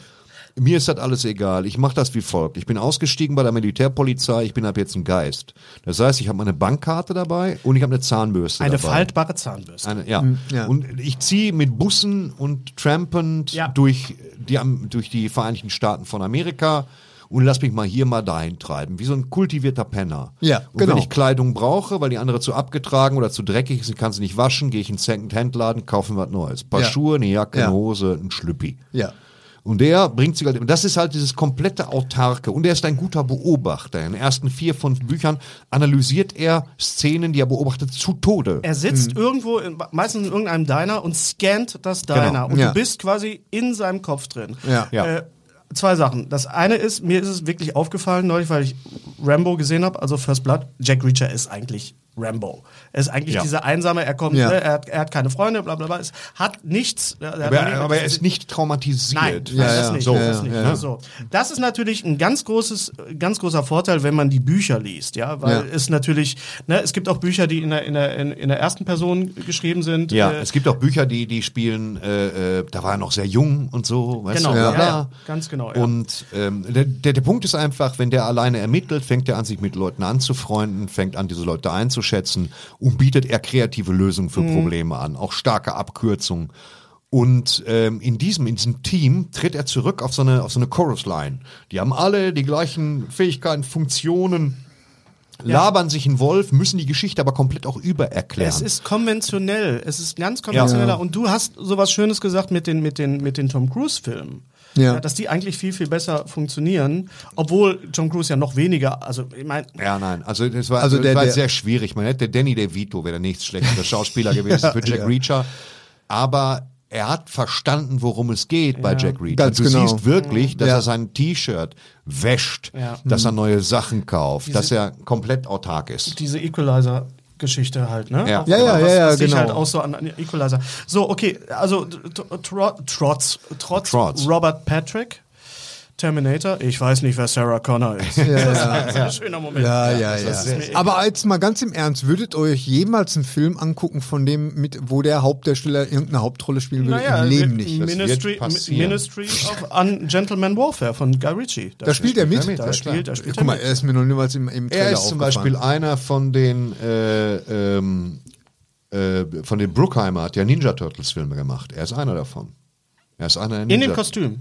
mir ist das alles egal, ich mache das wie folgt. Ich bin ausgestiegen bei der Militärpolizei, ich bin ab jetzt ein Geist. Das heißt, ich habe meine Bankkarte dabei und ich habe eine Zahnbürste
Eine
dabei.
faltbare Zahnbürste.
Eine, ja.
Mhm. ja.
Und ich ziehe mit Bussen und trampend
Ja.
durch, die, Am- durch die Vereinigten Staaten von Amerika und lass mich mal hier mal dahin treiben, wie so ein kultivierter Penner.
Ja,
und
genau.
wenn ich Kleidung brauche, weil die andere zu abgetragen oder zu dreckig ist, und kann sie nicht waschen, gehe ich in einen Second-Hand-Laden, kaufe mir was Neues. Paar
Ja.
Schuhe, eine Jacke,
Ja.
eine Hose, ein Schlüppi.
Ja.
Und der bringt sich halt, das ist halt dieses komplette Autarke. Und er ist ein guter Beobachter. In den ersten vier, fünf Büchern analysiert er Szenen, die er beobachtet, zu Tode.
Er sitzt
Mhm.
irgendwo, in, meistens in irgendeinem Diner und scannt das Diner. Und
Ja.
du bist quasi in seinem Kopf drin.
Ja.
Genau. Ja.
Äh, zwei Sachen. Das eine ist, mir ist es wirklich aufgefallen neulich, weil ich Rambo gesehen habe, also First Blood. Jack Reacher ist eigentlich Rambo. Er ist eigentlich
Ja.
dieser Einsame, er kommt,
Ja.
ne, er, hat, er hat keine Freunde, bla bla bla. Es hat nichts. er hat noch
Aber,
nie-
aber er ist nicht traumatisiert.
Nein,
Ja,
das
ja.
ist nicht.
So.
das, ist nicht. ne?
Ja, ja.
So. das ist natürlich ein ganz großes, ganz großer Vorteil, wenn man die Bücher liest, ja, weil
Ja.
es natürlich, ne, es gibt auch Bücher, die in der, in der, in, in der ersten Person geschrieben sind.
Ja,
äh,
es gibt auch Bücher, die, die spielen, äh, äh, da war er noch sehr jung und so, weißt
Genau,
du?
ja,
bla, bla.
ja, ganz genau, ja.
Und ähm, der, der, der Punkt ist einfach, wenn der alleine ermittelt, fängt er an, sich mit Leuten anzufreunden, fängt an, diese Leute einzuschätzen und bietet er kreative Lösungen
Mhm.
für Probleme an, auch starke Abkürzungen. Und ähm, in diesem, in diesem Team tritt er zurück auf so eine, auf so eine Chorus-Line. Die haben alle die gleichen Fähigkeiten, Funktionen, labern sich in Wolf, müssen die Geschichte aber komplett auch übererklären.
es ist konventionell, es ist ganz konventioneller. Und du hast sowas Schönes gesagt mit den, mit den, mit den Tom Cruise-Filmen.
Ja.
dass die eigentlich viel, viel besser funktionieren, obwohl Tom Cruise ja noch weniger, also ich meine,
Ja, nein, also das war,
Also
das
der-
war
der-
sehr schwierig. Man hätte Danny DeVito wäre der nächst schlechteste Schauspieler gewesen für Jack Reacher, aber er hat verstanden, worum es geht bei Jack Reacher.
Ganz
du
genau.
siehst wirklich, dass
Ja.
er sein T-Shirt wäscht,
Ja. Mhm.
dass er neue Sachen kauft, dass er komplett autark ist.
diese Equalizer-Geschichte halt, ne?
Ja.
Auch
Ja,
ja,
was-
ja, ja,
was sich
genau.
halt auch so an, an Equalizer. So, okay, also t- tro, trotz, trotz,
Trotz.
Robert Patrick, Terminator, ich weiß nicht, wer Sarah Connor ist. das ist ein sehr schöner Moment.
Ja, ja,
das
ja.
ist mir
Aber jetzt mal ganz im Ernst, würdet ihr euch jemals einen Film angucken, von dem, mit, wo der Hauptdarsteller irgendeine Hauptrolle spielen würde?
Naja,
Im Leben
Mi-
nicht.
Das wird
Ministry, Mi-
passieren.
Ministry of Ungentleman Warfare von Guy Ritchie.
Da spielt er mit.
Da
ja,
spielt, da spielt
Guck mal,
er
er ist mir noch niemals im, im Trailer
Er ist zum
aufgefallen.
Beispiel einer von den äh, ähm, äh, von den Brookheimer hat ja Ninja Turtles Filme gemacht. Er ist einer davon. Er ist einer der
mit. In dem
Ninja-
Kostüm.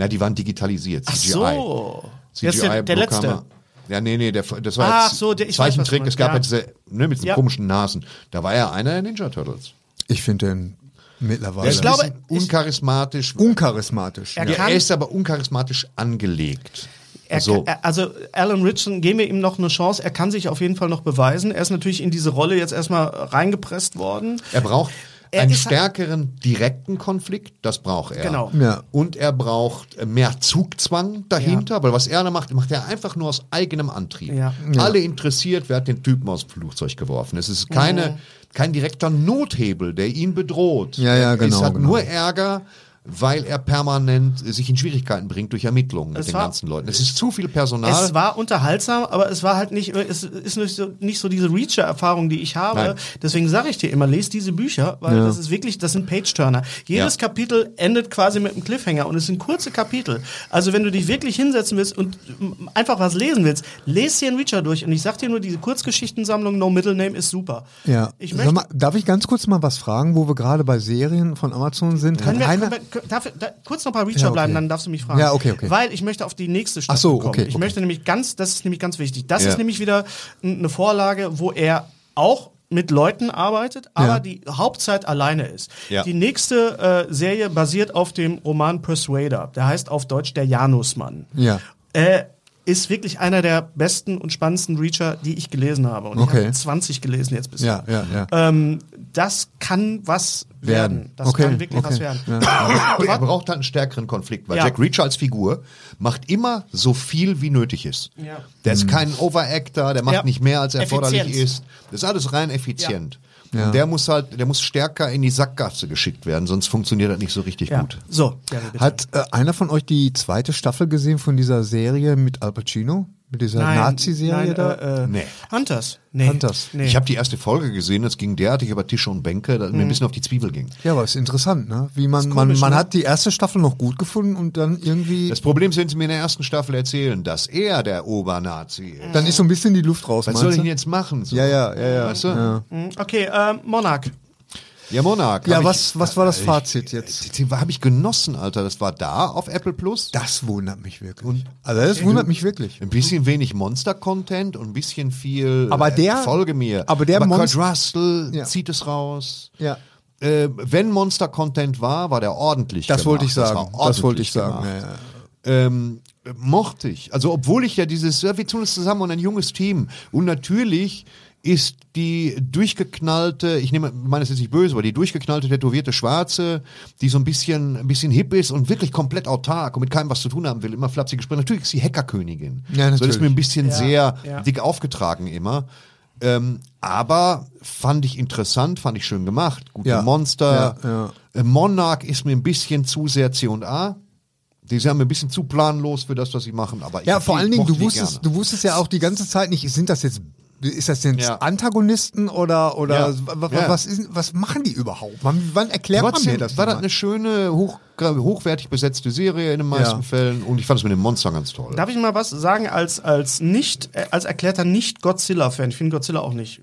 Na, die waren digitalisiert.
Ach
CGI.
so.
CGI
Das ist der, der letzte.
Blutkammer. Ja, nee, nee, der, das war
Ach
jetzt
so, der- ich weiß, was
Zeichentrick.
du
es gab ja
meinst,
diese, ne, mit diesen
Ja.
komischen Nasen. Da war ja einer der Ninja Turtles.
Ich finde den mittlerweile
ich
glaube, ich-
uncharismatisch.
uncharismatisch.
Er
ja,
kann-
er ist aber uncharismatisch angelegt.
Er
also,
kann, er- also Alan Richardson, geben wir ihm noch eine Chance. Er kann sich auf jeden Fall noch beweisen. Er ist natürlich in diese Rolle jetzt erstmal reingepresst worden.
er braucht
er
einen
ist-
stärkeren direkten Konflikt, das braucht er.
Genau.
Ja.
Und er braucht äh, mehr Zugzwang dahinter, weil was er da macht, macht er einfach nur aus eigenem Antrieb.
Ja.
Alle interessiert, wer hat den Typen aus dem Flugzeug geworfen. Es ist keine, kein direkter Nothebel, der ihn bedroht.
Ja, ja,
Es
genau,
hat
genau.
nur Ärger, weil er permanent äh, sich in Schwierigkeiten bringt durch Ermittlungen
Es
mit den
war-
ganzen Leuten. Es ist zu viel Personal.
Es war unterhaltsam, aber es war halt nicht, es ist nicht so, nicht so diese Reacher-Erfahrung, die ich habe.
Nein.
Deswegen sage ich dir immer, lest diese Bücher, weil das ist wirklich, das sind Page-Turner. Jedes
Ja.
Kapitel endet quasi mit einem Cliffhanger und es sind kurze Kapitel. Also wenn du dich wirklich hinsetzen willst und mm, einfach was lesen willst, lest dir einen Reacher durch und ich sag dir nur, diese Kurzgeschichtensammlung No Middle Name ist super.
Ja.
Ich
Sag
möchte,
mal, darf ich ganz kurz mal was fragen, wo wir gerade bei Serien von Amazon sind?
können wir,
Hat einer-
können wir, können- darf, da, kurz noch bei Reacher
Ja, okay.
bleiben, dann darfst du mich fragen.
Ja, okay, okay.
Weil ich möchte auf die nächste Staffel
Ach so,
kommen.
okay,
Ich
okay.
möchte nämlich ganz, das ist nämlich ganz wichtig. Das
Ja.
ist nämlich wieder n- eine Vorlage, wo er auch mit Leuten arbeitet, aber
Ja.
die Hauptzeit alleine ist.
Ja.
Die nächste äh, Serie basiert auf dem Roman Persuader. Der heißt auf Deutsch der Janusmann.
Ja.
Äh, ist wirklich einer der besten und spannendsten Reacher, die ich gelesen habe. Und
Okay.
ich habe 20 gelesen jetzt bisher
Ja, ja, ja.
Äh, Ähm, das kann was werden.
Werden.
Das
Okay,
kann wirklich
okay.
was werden.
er braucht halt einen stärkeren Konflikt, weil
Ja.
Jack Reacher als Figur macht immer so viel, wie nötig ist.
Ja.
Der
Hm.
ist kein Overactor, der macht
Ja.
nicht mehr, als erforderlich
Effizienz.
ist. Das ist alles rein effizient. Und Der muss halt, der muss stärker in die Sackgasse geschickt werden, sonst funktioniert das nicht so richtig
Ja.
gut.
So, Gary, bitte.
Hat äh, einer von euch die zweite Staffel gesehen von dieser Serie mit Al Pacino? Mit dieser
Nein,
Nazi-Serie
nein,
da?
Äh, äh,
Nee.
Hunters. Nee.
Hunters.
Nee.
Ich habe die erste Folge gesehen, das ging derartig über Tische und Bänke, dass mir
Mhm.
ein bisschen auf die Zwiebel ging.
ja, aber ist interessant, ne? Wie man,
komisch,
man, man
ne?
hat die erste Staffel noch gut gefunden und dann irgendwie,
Das Problem ist, wenn sie mir in der ersten Staffel erzählen, dass er der Obernazi
Mhm.
ist.
dann ist so ein bisschen die Luft raus,
Was
meinst
soll ich
du?
denn jetzt machen? So.
Ja, ja, ja, ja.
Weißt du?
Hm, okay, ähm, Monarch.
Ja, Monarch.
Ja,
hab
was, was war das
ich-
Fazit jetzt?
Äh, Die, die habe ich genossen, Alter. Das war da auf Apple Plus. Äh,
Das wundert mich wirklich. also das wundert mich wirklich.
Ein bisschen wenig Monster-Content und ein bisschen viel
Aber der-
äh, Folge mir.
aber der
Kurt
Monst-
Russell
Ja.
zieht es raus.
Ja.
Äh, wenn Monster-Content war, war der ordentlich
Das
gemacht.
wollte ich
war
sagen. Das,
ordentlich
wollte ich sagen.
gemacht.
Ja, ja.
ähm, mochte ich. Also obwohl ich ja dieses, ja, wir tun es zusammen und ein junges Team. Und natürlich ist die durchgeknallte, ich nehme, meine es jetzt nicht böse, aber die durchgeknallte, tätowierte Schwarze, die so ein bisschen, ein bisschen hip ist und wirklich komplett autark und mit keinem was zu tun haben will, immer flapsig gesprochen. Natürlich ist sie Hackerkönigin.
Ja,
So das ist mir ein bisschen sehr
ja.
dick aufgetragen immer. Ähm, aber fand ich interessant, fand ich schön gemacht. Gute
Ja.
Monster.
Ja, ja.
Äh, Monarch ist mir ein bisschen zu sehr C&A. Die sind mir ein bisschen zu planlos für das, was sie machen. Aber
Ja,
ich,
vor
ich
allen Dingen,
mochte
du
die
wusstest,
gerne.
du wusstest ja auch die ganze Zeit nicht, sind das jetzt, ist das jetzt
Ja.
Antagonisten oder, oder
Ja.
wa- wa-
Ja.
was, ist, was machen die überhaupt? Wann, wann erklärt man
Trotzdem
mir das?
war das
jemand?
eine schöne, hoch, hochwertig besetzte Serie in den meisten
Ja.
Fällen. Und ich fand es mit dem Monster ganz toll.
Darf ich mal was sagen als, als, nicht, äh, als erklärter Nicht-Godzilla-Fan? Ich finde Godzilla auch nicht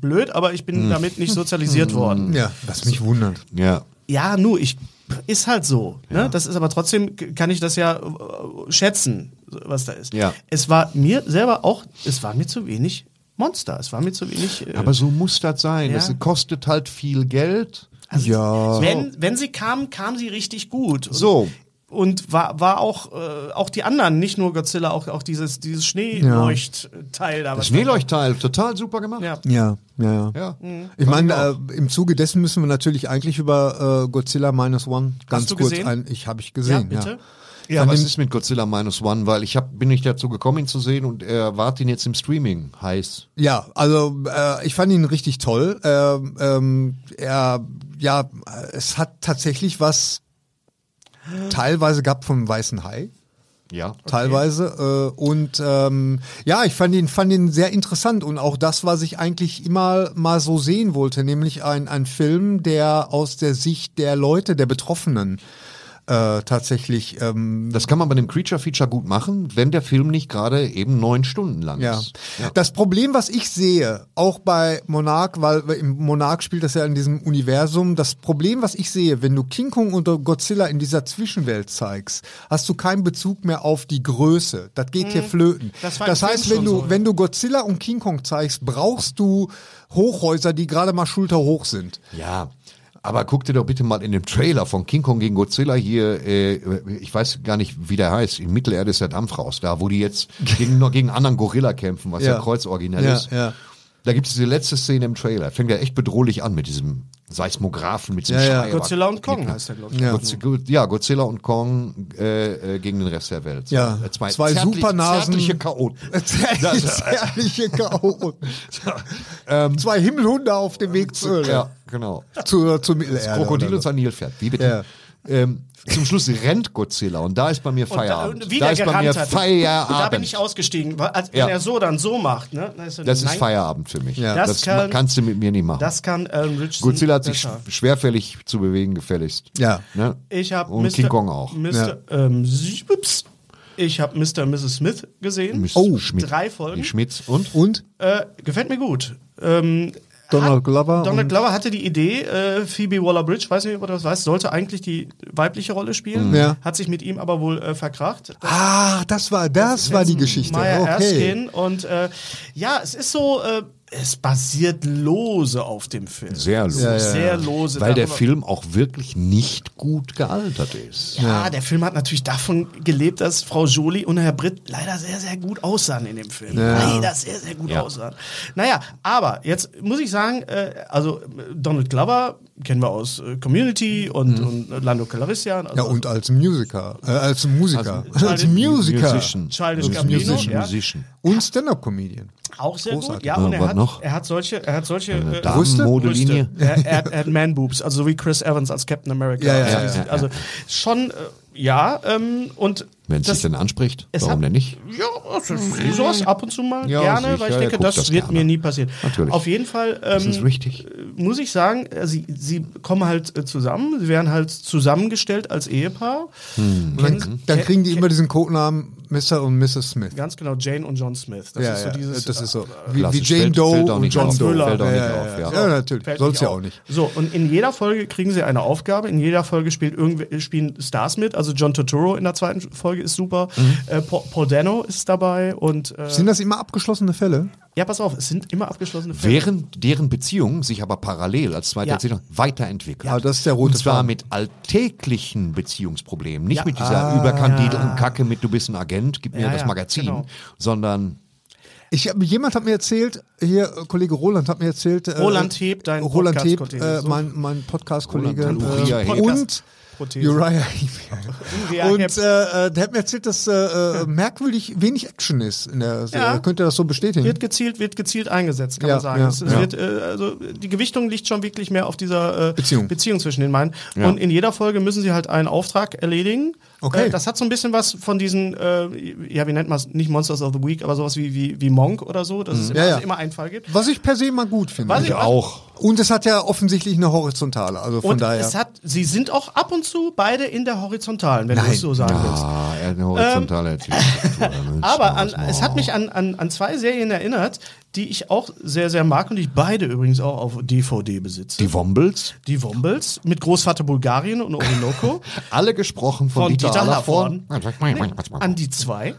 blöd, aber ich bin damit nicht sozialisiert worden.
Hm. ja, was mich wundert.
ja.
ja, nu, ich ist halt so. Ne? Das ist aber trotzdem k- kann ich das ja äh, schätzen, was da ist.
Ja.
Es war mir selber auch, es war mir zu wenig Monster. Es war mir zu wenig. Äh,
Aber so muss das sein.
Ja.
Das kostet halt viel Geld.
ja.
Also wenn, wenn sie kamen, kam sie richtig gut. Und,
So.
Und war, war auch, äh, auch die anderen, nicht nur Godzilla, auch, auch dieses, dieses Schneeleuchtteil da.
Das
was-
Schneeleuchtteil, total super gemacht.
Ja.
Ja, ja, ja.
Ja.
Mhm.
Ich meine, äh, im Zuge dessen müssen wir natürlich eigentlich über äh, Godzilla Minus One ganz
du
kurz
gesehen?
ein. Ich habe ich
ja,
gesehen. Ja,
bitte.
Ja, was ist mit Godzilla Minus One? Weil ich hab, bin nicht dazu gekommen, ihn zu sehen und er wart ihn jetzt im Streaming heiß.
Ja, also äh, ich fand ihn richtig toll. Ähm, ähm, er, ja, äh, es hat tatsächlich was teilweise gehabt vom Weißen Hai.
Ja.
Teilweise. Äh, und ähm, ja, ich fand ihn, fand ihn sehr interessant und auch das, was ich eigentlich immer mal so sehen wollte, nämlich ein, ein Film, der aus der Sicht der Leute, der Betroffenen äh, tatsächlich ähm,
Das kann man bei dem Creature-Feature gut machen, wenn der Film nicht gerade eben neun Stunden lang
Ja.
ist.
Das Problem, was ich sehe, auch bei Monarch, weil im Monarch spielt das ja in diesem Universum, das Problem, was ich sehe, wenn du King Kong und Godzilla in dieser Zwischenwelt zeigst, hast du keinen Bezug mehr auf die Größe. Das geht hier flöten.
Das
Mhm. Das,
war im
heißt,
Film
wenn
schon
du,
so,
wenn du Godzilla und King Kong zeigst, brauchst du Hochhäuser, die gerade mal schulterhoch sind.
Ja. Aber guck dir doch bitte mal in dem Trailer von King Kong gegen Godzilla hier, äh, ich weiß gar nicht, wie der heißt, in Mittelerde ist der Dampfraus da, wo die jetzt gegen, noch gegen anderen Gorilla kämpfen, was ja,
Ja.
kreuzoriginell
Ja,
ist.
ja.
Da gibt es diese letzte Szene im Trailer. Fängt ja echt bedrohlich an mit diesem Seismographen, mit diesem
Ja, ja.
Schrei.
Godzilla und Kong heißt der, glaube ich.
Ja. Godzilla, ja, Godzilla und Kong äh, äh, gegen den Rest der Welt.
Ja,
Äh,
zwei
zärtlich-
Supernasen.
Zärtliche Chaoten.
Das ist herrliche Chaos. Ähm, Zwei Himmelhunde auf dem Weg zur Hölle.
Ja, genau.
Zur, zur Mittelerde.
Krokodil
oder
und
so.
sein Nilpferd. Wie bitte? Ähm, zum Schluss rennt Godzilla und da ist bei mir Feierabend.
Und, da- und wie
da
der
ist bei mir
gerannt hat.
Feierabend.
Da bin ich ausgestiegen. weil, Als, wenn
Ja.
er so dann so macht, ne? dann so,
das ist
nein,
Feierabend für mich.
Ja.
Das,
Das
ma-
kann-
kannst du mit mir nicht machen.
Das kann Alan Richardson.
Godzilla hat sich
besser.
sch- schwerfällig zu bewegen gefälligst.
Ja.
Ne?
Ich habe
und King Kong auch.
Mr. Ähm, Siebs. Ich habe Mr. und Mrs. Smith gesehen.
Oh,
Drei Folgen.
Die Schmitz und?
Und
Äh, gefällt mir gut. Ähm,
Donald
hat-
Glover
Donald
und-
Glover hatte die Idee, äh, Phoebe Waller-Bridge, weiß nicht, ob du das weißt, sollte eigentlich die weibliche Rolle spielen,
Mhm. Ja.
hat sich mit ihm aber wohl äh, verkracht.
ah, das war das war die Geschichte.
Maya
Okay.
Erskine und äh, ja, es ist so, äh, es basiert lose auf dem Film.
Sehr los.
Sehr lose.
Weil der
darüber-
Film auch wirklich nicht gut gealtert ist.
Ja, der Film hat natürlich davon gelebt, dass Frau Jolie und Herr Britt leider sehr, sehr gut aussahen in dem Film. Leider sehr, sehr gut
Ja.
aussahen. Naja, aber jetzt muss ich sagen, äh, also äh, Donald Glover kennen wir aus äh, Community
Mhm.
und, und Lando Calrissian. Also
Ja, und als Musiker, äh, als Musiker, als, Musiker
Musician.
Childish
Und
Gambino,
Musician.
ja.
Musician.
und Stand-up-Comedian.
auch sehr gut.
großartig.
Ja, und
Ja,
er
was
hat,
noch?
er hat solche, er hat solche äh,
Damenmodelinie.
Brüste. Er, er, hat- er hat Man-Boobs, also so wie Chris Evans als Captain America.
Ja, ja,
also,
ja,
die sind-
ja.
also schon, äh, ja, ähm, und
Wenn es
das-
sich denn anspricht,
Es
warum
hat-
denn nicht?
Ja, also
Mhm.
sowas ab und zu mal
Ja,
gerne,
sicher,
weil ich
der
denke,
guckt
das,
das
wird
gerne.
mir nie passieren.
Natürlich.
Auf jeden Fall
Das ist
ähm,
richtig.
muss ich sagen, äh, sie, sie kommen halt äh, zusammen, sie werden halt zusammengestellt als Ehepaar.
Und dann, Mhm. dann kriegen die immer diesen Codenamen Mr. und Mrs. Smith.
Ganz genau, Jane und John Smith. Das
ja,
ist so
ja, äh,
dieses. ah, äh,
das ist so. Wie, wie
Klassisch.
Jane
Fällt-
Doe
fällt auch
und
nicht
John
auf.
Doe.
Fällt auch
ja,
nicht
ja,
auf,
ja.
ja.
ja, natürlich.
Fällt
Soll's ja
auf.
auch nicht.
So, und in jeder Folge kriegen sie eine Aufgabe. In jeder Folge spielt irgendw- spielen Stars mit. Also John Turturro in der zweiten Folge ist super. Äh, Paul, Paul Dano ist dabei. Und äh,
Mhm. Sind das immer abgeschlossene Fälle?
ja, pass auf, es sind immer abgeschlossene Fälle.
Während deren Beziehung sich aber parallel als zweite
Ja.
Erzählung weiterentwickelt.
Ah, das ist der rote
Und zwar
Faden.
mit alltäglichen Beziehungsproblemen. Nicht
Ja.
mit dieser überkandidelten Kacke mit du bist ein Agent, gib mir
Ja,
das
ja,
Magazin,
genau.
sondern
Ich, hab- jemand hat mir erzählt, hier äh, Kollege Roland hat mir erzählt, äh,
Roland Heb, dein
Roland Heb,
Podcast-Kollege,
äh,
so.
mein, mein Podcast-Kollege
Roland hat Uriah
äh,
Heb.
und
Prothese.
Uriah Heb.
Uriah
und
Heb.
äh, äh, der hat mir erzählt, dass äh, äh, merkwürdig wenig Action ist in der Serie.
Ja.
Könnt ihr das so bestätigen?
Wird gezielt, wird gezielt eingesetzt, kann
Mhm. Ja,
man sagen.
ja,
es, es
ja.
Wird, äh, also die Gewichtung liegt schon wirklich mehr auf dieser äh,
Beziehung.
zwischen den beiden. Und in jeder Folge müssen sie halt einen Auftrag erledigen.
Okay.
Äh, das hat so ein bisschen was von diesen, äh, ja, wie nennt man es, nicht Monsters of the Week, aber sowas wie, wie, wie Monk oder so, dass es immer,
Mhm. Ja, ja.
immer einen Fall gibt.
Was ich per se mal gut finde.
Was ich-
ja, auch.
Und es hat ja offensichtlich eine horizontale, also von
Und
daher.
es hat, sie sind auch ab und zu beide in der Horizontalen, wenn du es so sagen willst.
Ah, eine horizontale Erzählung.
Aber an, es hat mich an, an, an zwei Serien erinnert, die ich auch sehr, sehr mag und die ich beide übrigens auch auf DVD besitze.
Die Wombles,
Die Wombles mit Großvater Bulgarien und Orinoco.
alle gesprochen von,
Von
Dieter,
Dieter
Hallervorden.
an die zwei.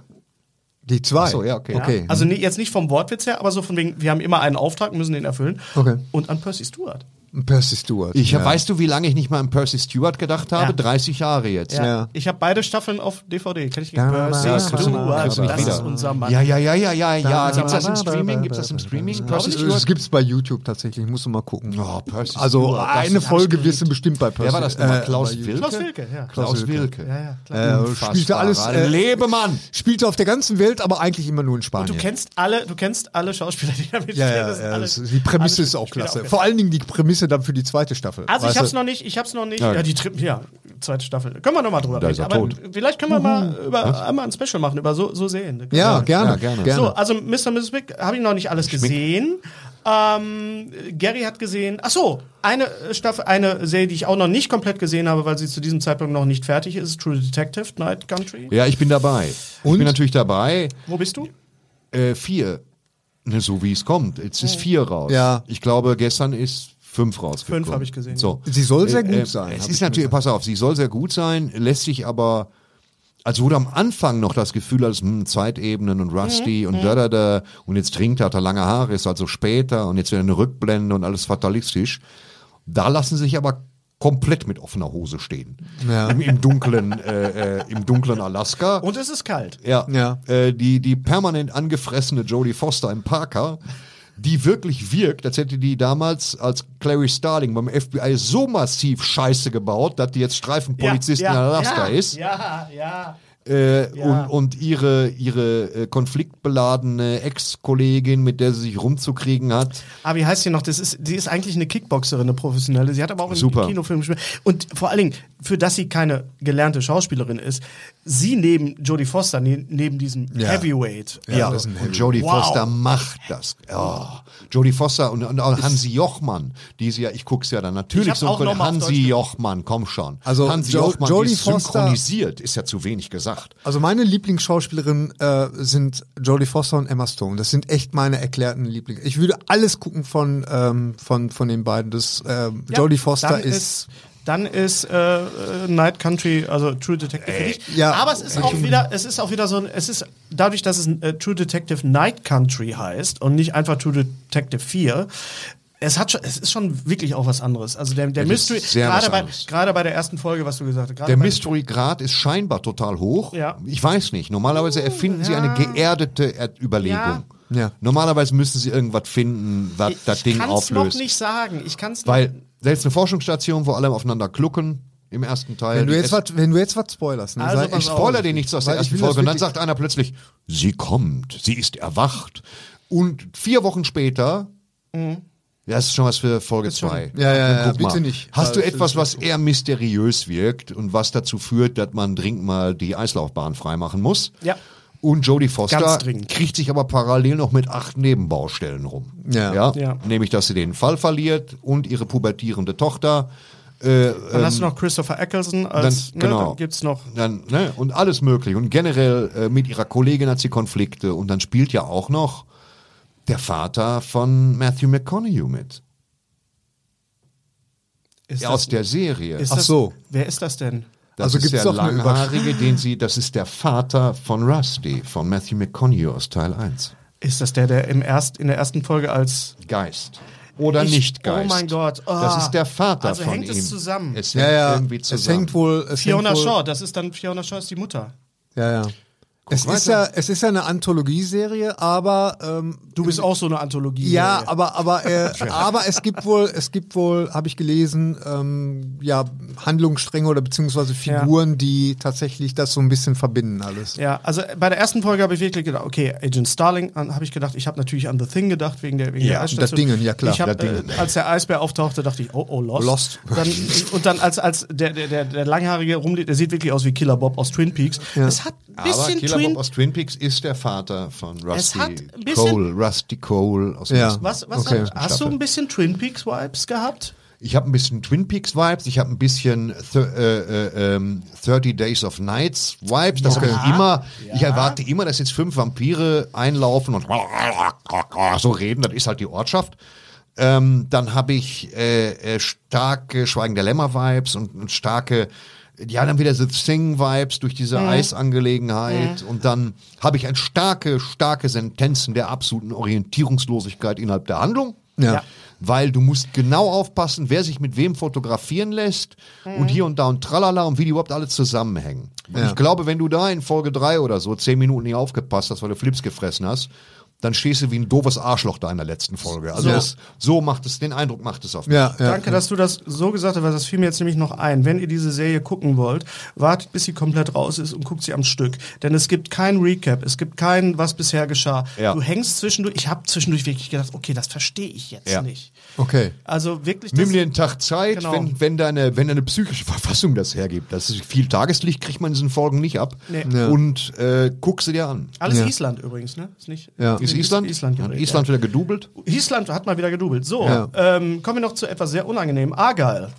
die zwei.
So, ja, okay.
Ja. Okay.
Also nee, jetzt nicht vom Wortwitz her, aber so von wegen, wir haben immer einen Auftrag, müssen den erfüllen.
Okay.
Und an Percy Stewart.
Percy Stewart.
Ich,
ja.
Weißt du, wie lange ich nicht mal an Percy Stewart gedacht habe?
Ja.
30 Jahre jetzt. ne?
Ja.
Ja.
Ich habe beide Staffeln auf DVD. Kann ich
Da- da-
Percy Stewart,
Kriegst du nicht
das
wieder.
ist unser Mann.
Ja, ja, ja, ja, ja, ja. Gibt's das im
da- da-
Streaming?
da-
Gibt's das im Streaming?
Das,
Percy
ist,
Stewart?
das gibt's bei YouTube tatsächlich, musst du mal gucken.
Oh, Percy
also
Stewart, das
eine
ist
Folge wirst du bestimmt bei Percy.
Wer war das nochmal?
äh,
Klaus
bei YouTube.
Wilke?
Klaus Wilke, ja.
Klaus Wilke.
Ja, ja, klar.
Äh, spielte alles äh,
Lebemann!
Spielte auf der ganzen Welt, aber eigentlich immer nur in Spanien.
Du kennst alle, du kennst alle Schauspieler, die da mitspielen.
ja, ja,
Das sind
ja
alle-
das, ist- die Prämisse
alle
ist auch
Schauspieler
klasse.
auch
Vor allen Dingen die Prämisse dann für die zweite Staffel.
Also ich
weißt
hab's
du?
noch nicht, ich hab's noch nicht. Ja, die Tri ja, zweite Staffel. Können wir nochmal drüber
Da ist
reden.
er
Aber
tot.
vielleicht können wir mal über einmal ein Special machen, über so, so sehen.
Ja, gerne,
Ja, gerne.
gerne. äh,
So, also Mr. Mrs. Big habe ich noch nicht alles gesehen. Ähm, Gary hat gesehen. Ach so, eine äh, Staffel, eine Serie, die ich auch noch nicht komplett gesehen habe, weil sie zu diesem Zeitpunkt noch nicht fertig ist, True Detective, Night Country.
Ja, ich bin dabei. Ich bin natürlich dabei.
Wo bist du?
Äh, vier. Ne, so wie es kommt. Jetzt ist vier raus.
Ja.
Ich glaube, gestern ist fünf rausgekommen.
Fünf habe ich gesehen.
So.
Sie soll sehr gut
Äh,
sein.
Es
hab
ist
ich
natürlich, pass auf, sie soll sehr gut sein, lässt sich aber, als wo du am Anfang noch das Gefühl hast, hm, Zeitebenen und Rusty
Mhm,
und da, da, da, und jetzt trinkt er, hat er lange Haare, ist also später und jetzt wieder eine Rückblende und alles fatalistisch. Da lassen sich aber komplett mit offener Hose stehen. Im, im dunklen, äh, äh, im dunklen Alaska.
Und es ist kalt.
Ja.
Ja.
Äh, die, die permanent angefressene Jodie Foster im Parker, die wirklich wirkt, als hätte die damals als Clary Starling beim FBI so massiv Scheiße gebaut, dass die jetzt Streifenpolizistin
ja,
in Alaska
ja,
ist.
Ja, ja.
Äh,
Ja.
und, und ihre, ihre äh, konfliktbeladene Ex-Kollegin, mit der sie sich rumzukriegen hat.
Aber Ah, wie heißt sie noch? Das ist, die ist eigentlich eine Kickboxerin, eine professionelle. Sie hat aber auch in
Super.
Kinofilmen gespielt. Und vor allen Dingen, für das sie keine gelernte Schauspielerin ist, sie neben Jodie Foster, ne, neben diesem Heavyweight.
Ja,
das ist ein
und Jodie
Wow.
Foster macht das. Ja. Jodie Foster und, und auch Hansi Jochmann, die ist ja, ich guck's ja dann
Ich
natürlich
hab
so
auch
ein-
noch mal auf Deutsch
Hansi
geguckt.
Jochmann, komm schon.
Also
Hansi
Jo-
Jochmann
Jodie
ist
Foster-
synchronisiert, ist ja zu wenig gesagt.
Also meine Lieblingsschauspielerinnen äh, sind Jodie Foster und Emma Stone. Das sind echt meine erklärten Lieblinge. Ich würde alles gucken von ähm, von von den beiden. Das ähm,
Ja,
Jodie Foster
dann
ist,
Dann ist äh, äh, Night Country, also True Detective für dich.
ja.
Aber es ist auch wieder, es ist auch wieder so ein, es ist dadurch, dass es äh, True Detective Night Country heißt und nicht einfach True Detective 4. Es, hat schon, es ist schon wirklich auch was anderes. Also der, der
Ja, das ist
Mystery,
sehr was
gerade bei,
anderes.
gerade bei der ersten Folge, was du gesagt hast. gerade
Der
bei-
Mystery-Grad ist scheinbar total hoch.
Ja. Uh,
Ich weiß nicht. Normalerweise erfinden sie eine geerdete Er- Überlegung.
Ja. Ja.
Normalerweise müssen sie irgendwas finden, was
Ich-
das Ding
Ich kann es noch
auflöst.
nicht sagen. Ich kann es
Weil selbst eine Forschungsstation, wo alle aufeinander klucken, im ersten Teil.
wenn du
die
jetzt
es-
was wenn du jetzt was spoilerst, ne,
Also
sei-
pass
ich spoiler dir nichts aus der
Weil ich
ersten
will das
Folge. Und dann
wirklich-
sagt einer plötzlich, sie kommt, sie ist erwacht. Und vier Wochen später,
Mhm.
das ist schon was für Folge zwei.
Ja, ja,
Dann
ja,
guck mal.
bitte nicht.
Hast du
Also,
etwas, was eher mysteriös wirkt und was dazu führt, dass man dringend mal die Eislaufbahn freimachen muss?
Ja.
Und Jodie Foster
Ganz dringend.
kriegt sich aber parallel noch mit acht Nebenbaustellen rum.
Ja.
Ja.
Nämlich, dass sie den Fall verliert und ihre pubertierende Tochter.
Dann hast du noch Christopher Eccleston als,
ähm, Dann- genau.
ne, dann gibt's noch
dann, ne, und alles möglich. Und generell äh, mit ihrer Kollegin hat sie Konflikte. Und dann spielt ja auch noch der Vater von Matthew McConaughey mit.
ist
Ja, aus der Serie.
ist
Ach
das,
so.
Wer ist das denn?
das
also
ist
gibt's
der
doch eine Übersch-
Langhaarige, den sie, das ist der Vater von Rusty, von Matthew McConaughey aus Teil 1.
Ist das der, der im erst, in der ersten Folge als.
Geist. Oder
Ich-
nicht Geist.
oh mein Gott, ah.
das ist der Vater
Also
von
hängt
ihm.
es zusammen.
Es hängt
ja, ja,
irgendwie zusammen.
es hängt wohl es
Fiona
hängt wohl,
Shaw, das ist dann Fiona Shaw ist die Mutter.
Ja, ja. Es ist ja,
weiter.
es ist ja eine Anthologieserie, aber ähm,
Du bist auch so eine Anthologie.
Ja, aber aber äh, aber es gibt wohl es gibt wohl habe ich gelesen ähm, ja Handlungsstränge oder beziehungsweise Figuren, die tatsächlich das so ein bisschen verbinden alles.
Ja, also bei der ersten Folge habe ich wirklich gedacht, okay, Agent Starling an- habe ich gedacht, ich habe natürlich an The Thing gedacht, wegen der, wegen der Eisstation.
das Dingen, ja klar,
Ich hab,
das
äh,
Dingen.
als der Eisbär auftauchte, dachte ich, oh, oh, Lost.
Lost.
Dann, und dann als, als der, der, der, der Langhaarige rumliegt, der sieht wirklich aus wie Killer Bob aus Twin Peaks. Es hat ein
Aber
bisschen
Killer
Twin
Bob aus Twin Peaks ist der Vater von Rusty
hat ein bisschen-
Cole. Rusty Cole aus der
Ja.
ersten
Was, was
Okay,
hat, hast du
Staffel.
ein bisschen Twin Peaks Vibes gehabt?
Ich habe ein bisschen Twin Peaks Vibes, ich habe ein bisschen th äh, äh, ähm, 30 Days of Nights Vibes. Das hab ich immer. Ich erwarte immer, dass jetzt fünf Vampire einlaufen und so reden. Das ist halt die Ortschaft. Ähm, dann habe ich äh, äh, starke Schweigen der Lämmer Vibes und, und starke ja, dann wieder The Thing Vibes durch diese Eisangelegenheit und dann habe ich ein starke, starke Sentenzen der absoluten Orientierungslosigkeit innerhalb der Handlung.
Ja.
Weil du musst genau aufpassen, wer sich mit wem fotografieren lässt
Mhm.
und hier und da und tralala und wie die überhaupt alle zusammenhängen. Und ich glaube, wenn du da in Folge 3 oder so zehn Minuten nicht aufgepasst hast, weil du Flips gefressen hast, dann stehst du wie ein doofes Arschloch da in der letzten Folge. Also
So.
das, so macht es, den Eindruck macht es auf mich.
Ja, ja.
Danke, dass du das so gesagt hast, weil das fiel mir jetzt nämlich noch ein. Wenn ihr diese Serie gucken wollt, wartet, bis sie komplett raus ist und guckt sie am Stück. Denn es gibt kein Recap, es gibt kein, was bisher geschah.
Ja.
Du hängst zwischendurch, ich habe zwischendurch wirklich gedacht, okay, das verstehe ich jetzt
Ja.
nicht.
Okay.
Also wirklich, das,
Nimm dir einen Tag Zeit,
Genau.
wenn, wenn, deine, wenn deine psychische Verfassung das hergibt. Das ist viel Tageslicht kriegt man in diesen Folgen nicht ab.
Nee.
Und äh, guck sie dir an.
alles Island übrigens, ne? Ist nicht,
Ja.
Ist Island?
Island,
Hat
gedreht,
Island wieder gedoubelt?
Ja. Island hat mal wieder gedoubelt. So,
Ja.
ähm, kommen wir noch zu etwas sehr unangenehm. Argyle.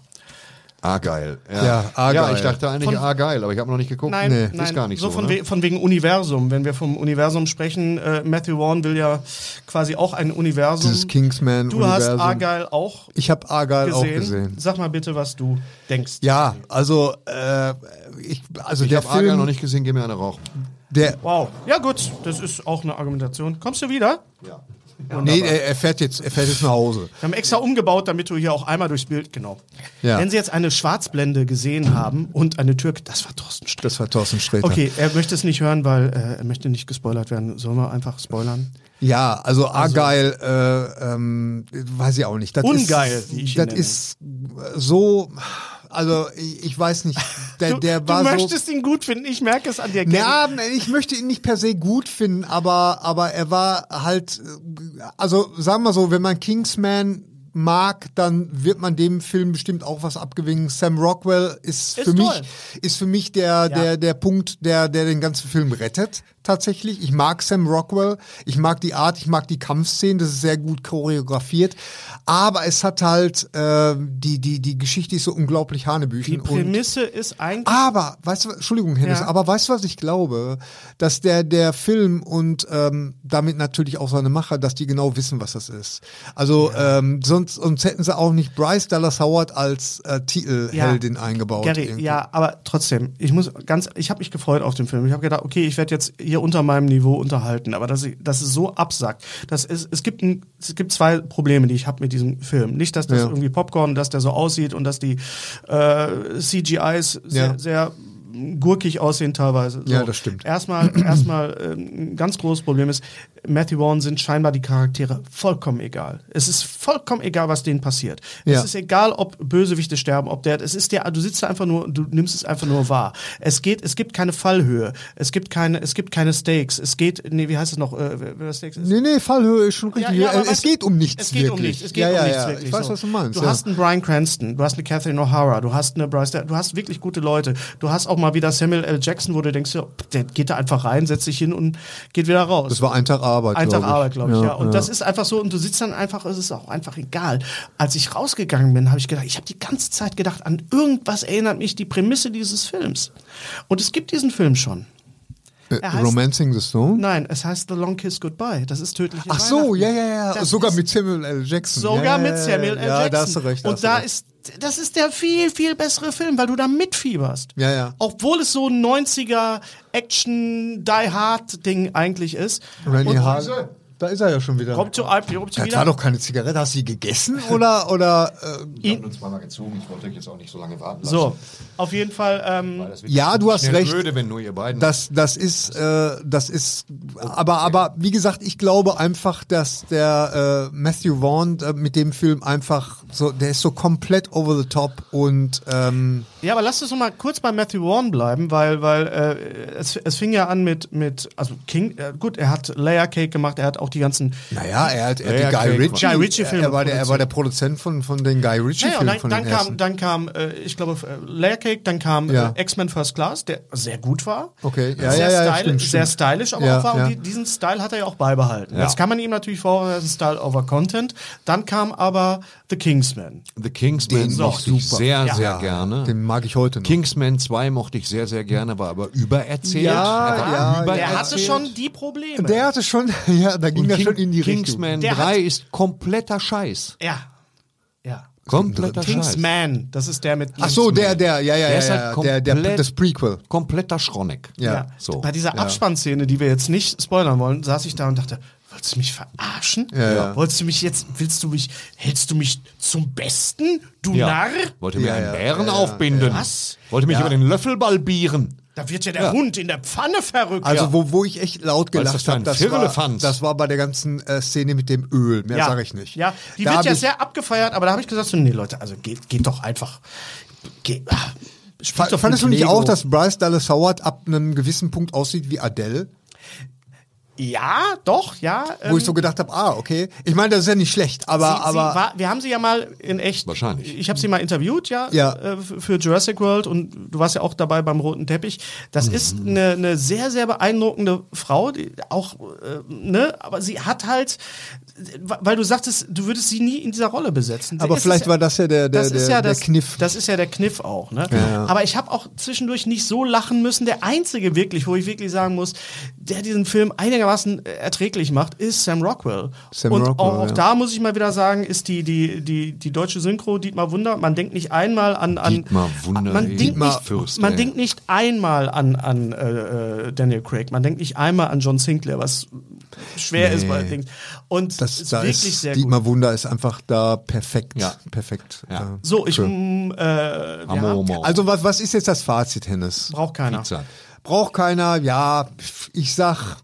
Ah, geil.
Ja, ah,
ja,
geil.
ich dachte eigentlich, ah, geil, aber ich habe noch nicht
Oh,
geguckt.
Nein,
Nee.
nein.
ist gar nicht so.
von,
ne?
we von wegen Universum. Wenn wir vom Universum sprechen, äh, Matthew Vaughn will ja quasi auch ein Universum.
Dieses Kingsman
Du hast
Universum.
Argyle auch
Ich habe Argyle
gesehen.
auch gesehen.
Sag mal bitte, was du denkst.
Ja, also äh, ich also
Ich
der
habe Argyle
Film
noch nicht gesehen, geh mir eine rauchen.
der
Wow. Ja gut, das ist auch eine Argumentation. Kommst du wieder?
nee, er, er fährt jetzt er fährt jetzt nach Hause.
Wir haben extra umgebaut, damit du hier auch einmal durchs Bild genau.
Ja.
Wenn Sie jetzt eine Schwarzblende gesehen haben und eine Türke, das war Thorsten Sträter.
Das war Thorsten Sträter.
Okay, er möchte es nicht hören, weil äh, er möchte nicht gespoilert werden. Sollen wir einfach spoilern?
Ja, also Argyle, äh, ähm, weiß ich auch nicht. Das
Ungeil,
ist,
wie ich ihn
Das
nenne.
ist so. also ich, ich weiß nicht, der,
Du,
Äh, der
du
war so.
möchtest ihn gut finden, ich merke es an dir. Kevin.
Ja, ich möchte ihn nicht per se gut finden, aber, aber er war halt, äh, also sagen wir so, wenn man Kingsman mag, dann wird man dem Film bestimmt auch was abgewinnen. Sam Rockwell ist,
Ist
für
toll.
mich ist für mich der der der Punkt, der der den ganzen Film rettet tatsächlich. Ich mag Sam Rockwell, ich mag die Art, ich mag die Kampfszenen, das ist sehr gut choreografiert, aber es hat halt äh, die die die Geschichte ist so unglaublich hanebüchen
Die
und
Prämisse ist eigentlich.
aber, weißt du, Entschuldigung, Hennis,
Ja.
aber weißt du, was ich glaube? Dass der, der Film und ähm, damit natürlich auch seine Macher, dass die genau wissen, was das ist. Also ähm, sonst, sonst hätten sie auch nicht Bryce Dallas Howard als äh, Titelheldin eingebaut.
Gary,
irgendwie.
ja, aber trotzdem, ich muss ganz, ich habe mich gefreut auf den Film. Ich habe gedacht, okay, ich werde jetzt hier unter meinem Niveau unterhalten, aber dass, ich, dass es so absackt, das ist, es gibt ein, es gibt zwei Probleme, die ich habe mit diesem Film. Nicht, dass das
Ja.
irgendwie Popcorn, dass der so aussieht und dass die äh, CGIs sehr,
Ja.
sehr gurkig aussehen teilweise. So.
Ja, das stimmt.
Erstmal, erstmal ähm, ein ganz großes Problem ist, Matthew Vaughn sind scheinbar die Charaktere vollkommen egal. Es ist vollkommen egal, was denen passiert.
Ja.
Es ist egal, ob Bösewichte sterben, ob der, es ist der, du sitzt da einfach nur, du nimmst es einfach nur wahr. Es geht, es gibt keine Fallhöhe, es gibt keine, es gibt keine Stakes, es geht, nee, wie heißt es noch, äh, wer- wer das Stakes ist?
Nee, nee, Fallhöhe ist schon
Ja,
richtig.
ja, aber
Äh, es
weißt du,
geht um nichts
Es geht
wirklich.
um nichts. Es geht
ja, ja,
um nichts
ja.
wirklich.
Ich weiß,
so.
was du meinst.
Du
ja.
hast einen Brian Cranston, du hast eine Catherine O'Hara, du hast eine Bryce, du hast wirklich gute Leute. Du hast auch mal wieder Samuel L. Jackson, wo du denkst, ja, der geht da einfach rein, setzt sich hin und geht wieder raus.
das war ein Tag Arbeit.
Ein Tag
glaub ich.
Arbeit, glaube ich, ja. Und das ist einfach so, und du sitzt dann einfach, es ist auch einfach egal. Als ich rausgegangen bin, habe ich gedacht, ich habe die ganze Zeit gedacht, an irgendwas erinnert mich die Prämisse dieses Films. Und es gibt diesen Film schon.
äh,
er heißt-
Romancing the Stone?
Nein, es heißt The Long Kiss Goodbye. Das ist tödlich.
Ach so, ja, ja, ja.
Das
Sogar
ist-
mit Samuel L. Jackson.
Sogar
ja,
mit Samuel L. Jackson.
Ja, da hast du recht. da hast
Und
du
da
recht.
ist, das ist der viel, viel bessere Film, weil du da mitfieberst.
Ja, ja.
Obwohl es so ein 90er Action Die Hard Ding eigentlich ist.
Randy
Und-
Hall. Da ist er ja schon wieder.
Kommt zu IP, kommt zu
Das
wieder.
war doch keine Zigarette. Hast du die gegessen oder oder? Äh,
Ich habe nur zweimal gezogen, ich wollte euch jetzt auch nicht so lange warten lassen.
So, auf jeden Fall. Ähm,
ja, du hast
Schnell
recht.
Würde, wenn nur ihr beiden.
Das das ist äh, das ist. Aber aber wie gesagt, ich glaube einfach, dass der äh, Matthew Vaughn äh, mit dem Film einfach so, der ist so komplett over the top und ähm,
ja, aber lass uns noch mal kurz bei Matthew Vaughn bleiben, weil, weil äh, es, es fing ja an mit, mit also King, äh, gut, er hat Layer Cake gemacht, er hat auch die ganzen.
naja, er hat er
Ja, ja,
hat die Guy
okay.
Ritchie.
Guy Ritchie-Filme
Er war der er war der Produzent von von den Guy Ritchie
Naja, und
Filmen
dann,
von
dann
den
kam,
ersten.
dann kam äh, ich glaube, äh, Layer Cake, dann kam
Ja.
äh, X-Men First Class, der sehr gut war.
Okay, ja,
sehr,
ja, ja,
styli-
stimmt,
sehr
stimmt.
stylisch, aber
Ja,
auch war. Und
ja.
die, diesen Style hat er ja auch beibehalten.
Ja.
Das kann man ihm natürlich vorwerfen, Style over Content. Dann kam aber The Kingsman.
The Kingsman
Den
mochte ich
super.
sehr,
Ja.
sehr gerne.
Den mag ich heute noch.
Kingsman 2 mochte ich sehr, sehr gerne, war aber übererzählt.
Ja,
er war
ja,
Der
übererzählt.
hatte schon die Probleme.
Der hatte schon, ja, da ging
Und
er
King-
schon in die Richtung.
Kingsman
Der
3
hat-
ist kompletter Scheiß.
ja. Ja.
Kompletter Scheiß.
Kingsman, das ist der mit.
Ach so, der, der, ja, ja,
Der
ja,
ist
ja,
halt
der, der,
komplett-
das Prequel.
Kompletter Schronneck.
Ja.
So.
Bei dieser Abspannszene, die wir jetzt nicht spoilern wollen, saß ich da und dachte, wolltest du mich verarschen?
Ja, ja.
Wolltest du mich jetzt, willst du mich, hältst du mich zum Besten, du
Ja.
Narr?
Wollte mir
Ja,
einen
ja,
Bären
ja,
aufbinden.
Was?
Wollte mich über den Löffel balbieren.
Da wird ja der Hund in der Pfanne verrückt.
Also wo, wo ich echt laut
Weil es
gelacht
das
habe,
ein
das, war-
Firlefanz.
das war bei der ganzen äh, Szene mit dem Öl. Mehr
ja.
sage ich nicht.
Ja, die
Da
wird ja
hab ich-
sehr abgefeiert, aber da habe ich gesagt, so, nee, Leute, also geht, geht doch einfach. Geht, ah,
Fa-
spielt doch
Fandest du
mit
nicht
Lego.
auch, dass Bryce Dallas Howard ab einem gewissen Punkt aussieht wie Adele?
Ja, doch, ja.
Wo
ähm,
ich so gedacht habe, ah, okay. Ich meine, das ist ja nicht schlecht, aber,
sie,
aber
sie war, wir haben sie ja mal in echt.
Wahrscheinlich.
Ich habe sie mal interviewt, ja,
Ja.
äh, f- für Jurassic World und du warst ja auch dabei beim roten Teppich.
Mhm.
Das ist eine, eine sehr, sehr beeindruckende Frau, die auch, äh, ne, aber sie hat halt, weil du sagtest, du würdest sie nie in dieser Rolle besetzen. Sie
Aber
ist es
vielleicht war das ja der- der-
das ist
der-
ja
der
das,
Kniff.
Das ist ja der Kniff auch, ne? Aber ich habe auch zwischendurch nicht so lachen müssen. Der einzige wirklich, wo ich wirklich sagen muss, der diesen Film einigermaßen äh, erträglich macht, ist Sam Rockwell.
Sam
und
Rockwell,
auch, auch
ja.
da muss ich mal wieder sagen, ist die, die, die, die deutsche Synchro Dietmar Wunder. Man denkt nicht einmal an. an
Dietmar Wunder,
man
ey.
denkt,
Dietmar
nicht,
Fürst,
man
ey.
denkt nicht einmal an, an äh, äh, Daniel Craig. Man denkt nicht einmal an John Sinclair, was schwer ist bei Dings. Und das
das,
ist
da
wirklich
ist,
sehr gut.
Dietmar Wunder ist einfach da perfekt.
Ja.
Perfekt.
Ja.
äh,
So, ich.
für-
mm, Äh, ja,
Amomo.
Also was, was ist jetzt das Fazit, Hennes?
braucht keiner.
Pizza.
Braucht keiner, ja, ich sag,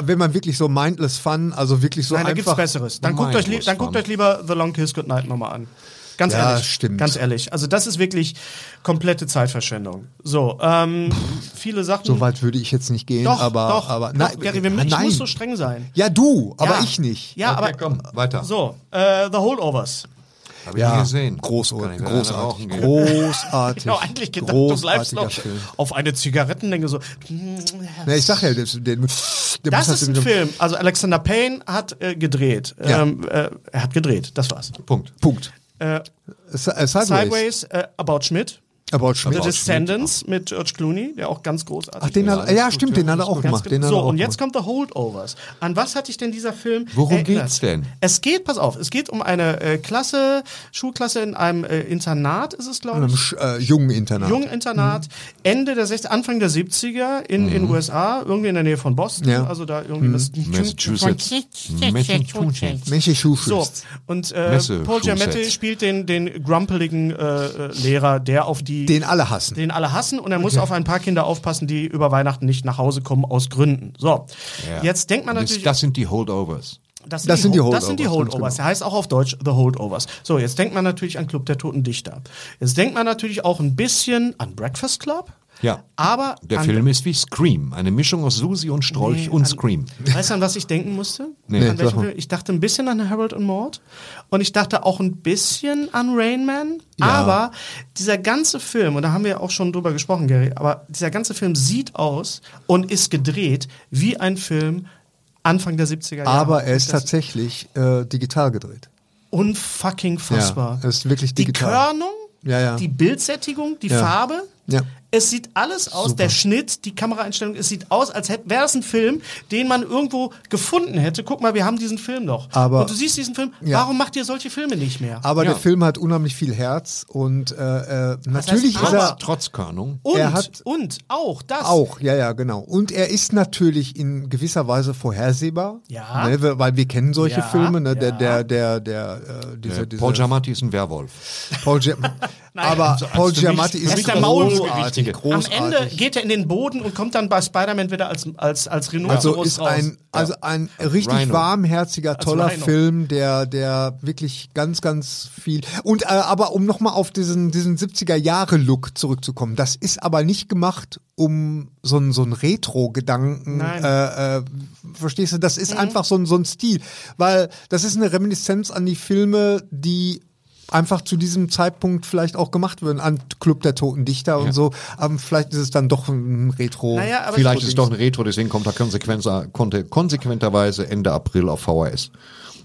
wenn man wirklich so mindless fun, also wirklich so
Nein, da
einfach.
gibt's Besseres. Dann
Mein
guckt, euch, li-
Gott,
dann guckt
Mann.
euch lieber The Long Kiss Goodnight nochmal an. Ganz
Ja,
ehrlich.
stimmt.
Ganz ehrlich. Also das ist wirklich komplette Zeitverschwendung. So, ähm, viele Sachen.
So weit würde ich jetzt nicht gehen,
doch,
aber,
doch,
aber
doch, Gary, wir, ich
nein.
muss so streng sein.
Ja, du, aber
Ja.
ich nicht.
Ja,
Okay,
aber
komm, weiter.
so, äh, The Holdovers.
Hab ich nie gesehen. Kann
Großartig.
ich mir eine
Großartig.
rauchen gehen.
Großartig.
Ich habe eigentlich gedacht, du bleibst
Großartiger
noch
Film.
auf eine Zigarettenlänge so.
Nee, ich sag ja, den, den, den
Das
hast
ist
du
ein
mit dem-
Film. Also Alexander Payne hat äh, gedreht.
Ja.
Ähm, äh, er hat gedreht, das war's.
Punkt.
Punkt.
Äh,
Si- äh, Sideways.
Sideways, äh, About Schmidt.
About
The
Schmidt.
Descendants mit George Clooney, der auch ganz großartig
Ach, den
ist.
hat, ja, stimmt, den hat er auch
Ganz
gemacht.
ge-
Den hat er
so,
auch
und jetzt
gemacht.
kommt The Holdovers. An was hatte ich denn dieser Film?
Worum geht's denn?
Es geht, pass auf, es geht um eine äh, Klasse, Schulklasse in einem äh, Internat, ist es, glaube ich.
Sch- äh, jungen Internat.
Jungen
Mhm.
Internat, Ende der 60, Anfang der 70er in den USA, irgendwie in der Nähe von Boston,
Ja. Mhm.
also da irgendwie das
Massachusetts. Massachusetts.
Massachusetts.
So, und äh,
Messe-
Paul
Schulsets.
Giamatti spielt den, den grumpeligen äh, äh, Lehrer, der auf die
Den alle hassen.
den alle hassen und er muss auf ein paar Kinder aufpassen, die über Weihnachten nicht nach Hause kommen aus Gründen. So,
Ja.
jetzt denkt man
Das-
natürlich,
Das sind die Holdovers.
das sind die
Hol- Das sind die
Holdovers,
Holdovers.
ganz genau.
Der heißt auch auf Deutsch The Holdovers. So, jetzt denkt man natürlich an Club der Toten Dichter. Jetzt denkt man natürlich auch ein bisschen an Breakfast Club.
Ja.
Aber
Der
an,
Film ist wie Scream, eine Mischung aus Susi und Strolch und Scream.
Weißt du, an was ich denken musste?
Nee, sag
an welchen
mal.
Film? Ich dachte ein bisschen an Harold und Maud und ich dachte auch ein bisschen an Rain Man. Aber dieser ganze Film, und da haben wir auch schon drüber gesprochen, Gary, aber dieser ganze Film sieht aus und ist gedreht wie ein Film Anfang der 70er Jahre.
Aber er ist
Das
tatsächlich äh, digital gedreht.
unfucking fassbar.
Ja, es ist wirklich
Die
digital.
Körnung,
Ja, ja.
die Bildsättigung, die
Ja.
Farbe.
Ja.
Es sieht alles aus, der Schnitt, die Kameraeinstellung, es sieht aus, als wäre es ein Film, den man irgendwo gefunden hätte. Guck mal, wir haben diesen Film noch.
Aber-
und du siehst diesen Film,
Ja.
warum macht ihr solche Filme nicht mehr?
Aber
Ja.
der Film hat unheimlich viel Herz und äh, äh, natürlich
heißt,
ist er.
Trotz, trotz Körnung.
und,
er hat-
und auch das.
Auch, ja, ja, genau. Und er ist natürlich in gewisser Weise vorhersehbar.
Ja.
Ne, wir- weil wir kennen solche
Ja,
Filme, ne? Der,
ja.
der, der, der, äh, diese,
Äh,
diese
Paul Giamatti ist ein Werwolf.
Paul Gia- Aber Paul
für mich-
Giamatti
für
ist
mich der
großartig,
Maulwurfgewichtige.
Am
großartig.
Ende geht er in den Boden und kommt dann bei Spider-Man wieder als, als, als Renault
also ist ein, also ein richtig
Rhino.
warmherziger, toller
Also Rhino.
Film, der, der wirklich ganz, ganz viel. Und äh, aber um nochmal auf diesen, diesen 70er-Jahre-Look zurückzukommen, das ist aber nicht gemacht, um so einen so einen Retro-Gedanken
Nein. Mhm.
äh, äh, verstehst du, das ist einfach so ein, so ein Stil, weil das ist eine Reminiszenz an die Filme, die einfach zu diesem Zeitpunkt vielleicht auch gemacht würden, an Club der Toten Dichter und so, aber vielleicht ist es dann doch ein Retro.
Naja, aber
Vielleicht ist es doch ein Retro, deswegen kommt er konsequenter, konnte konsequenterweise Ende April auf VHS.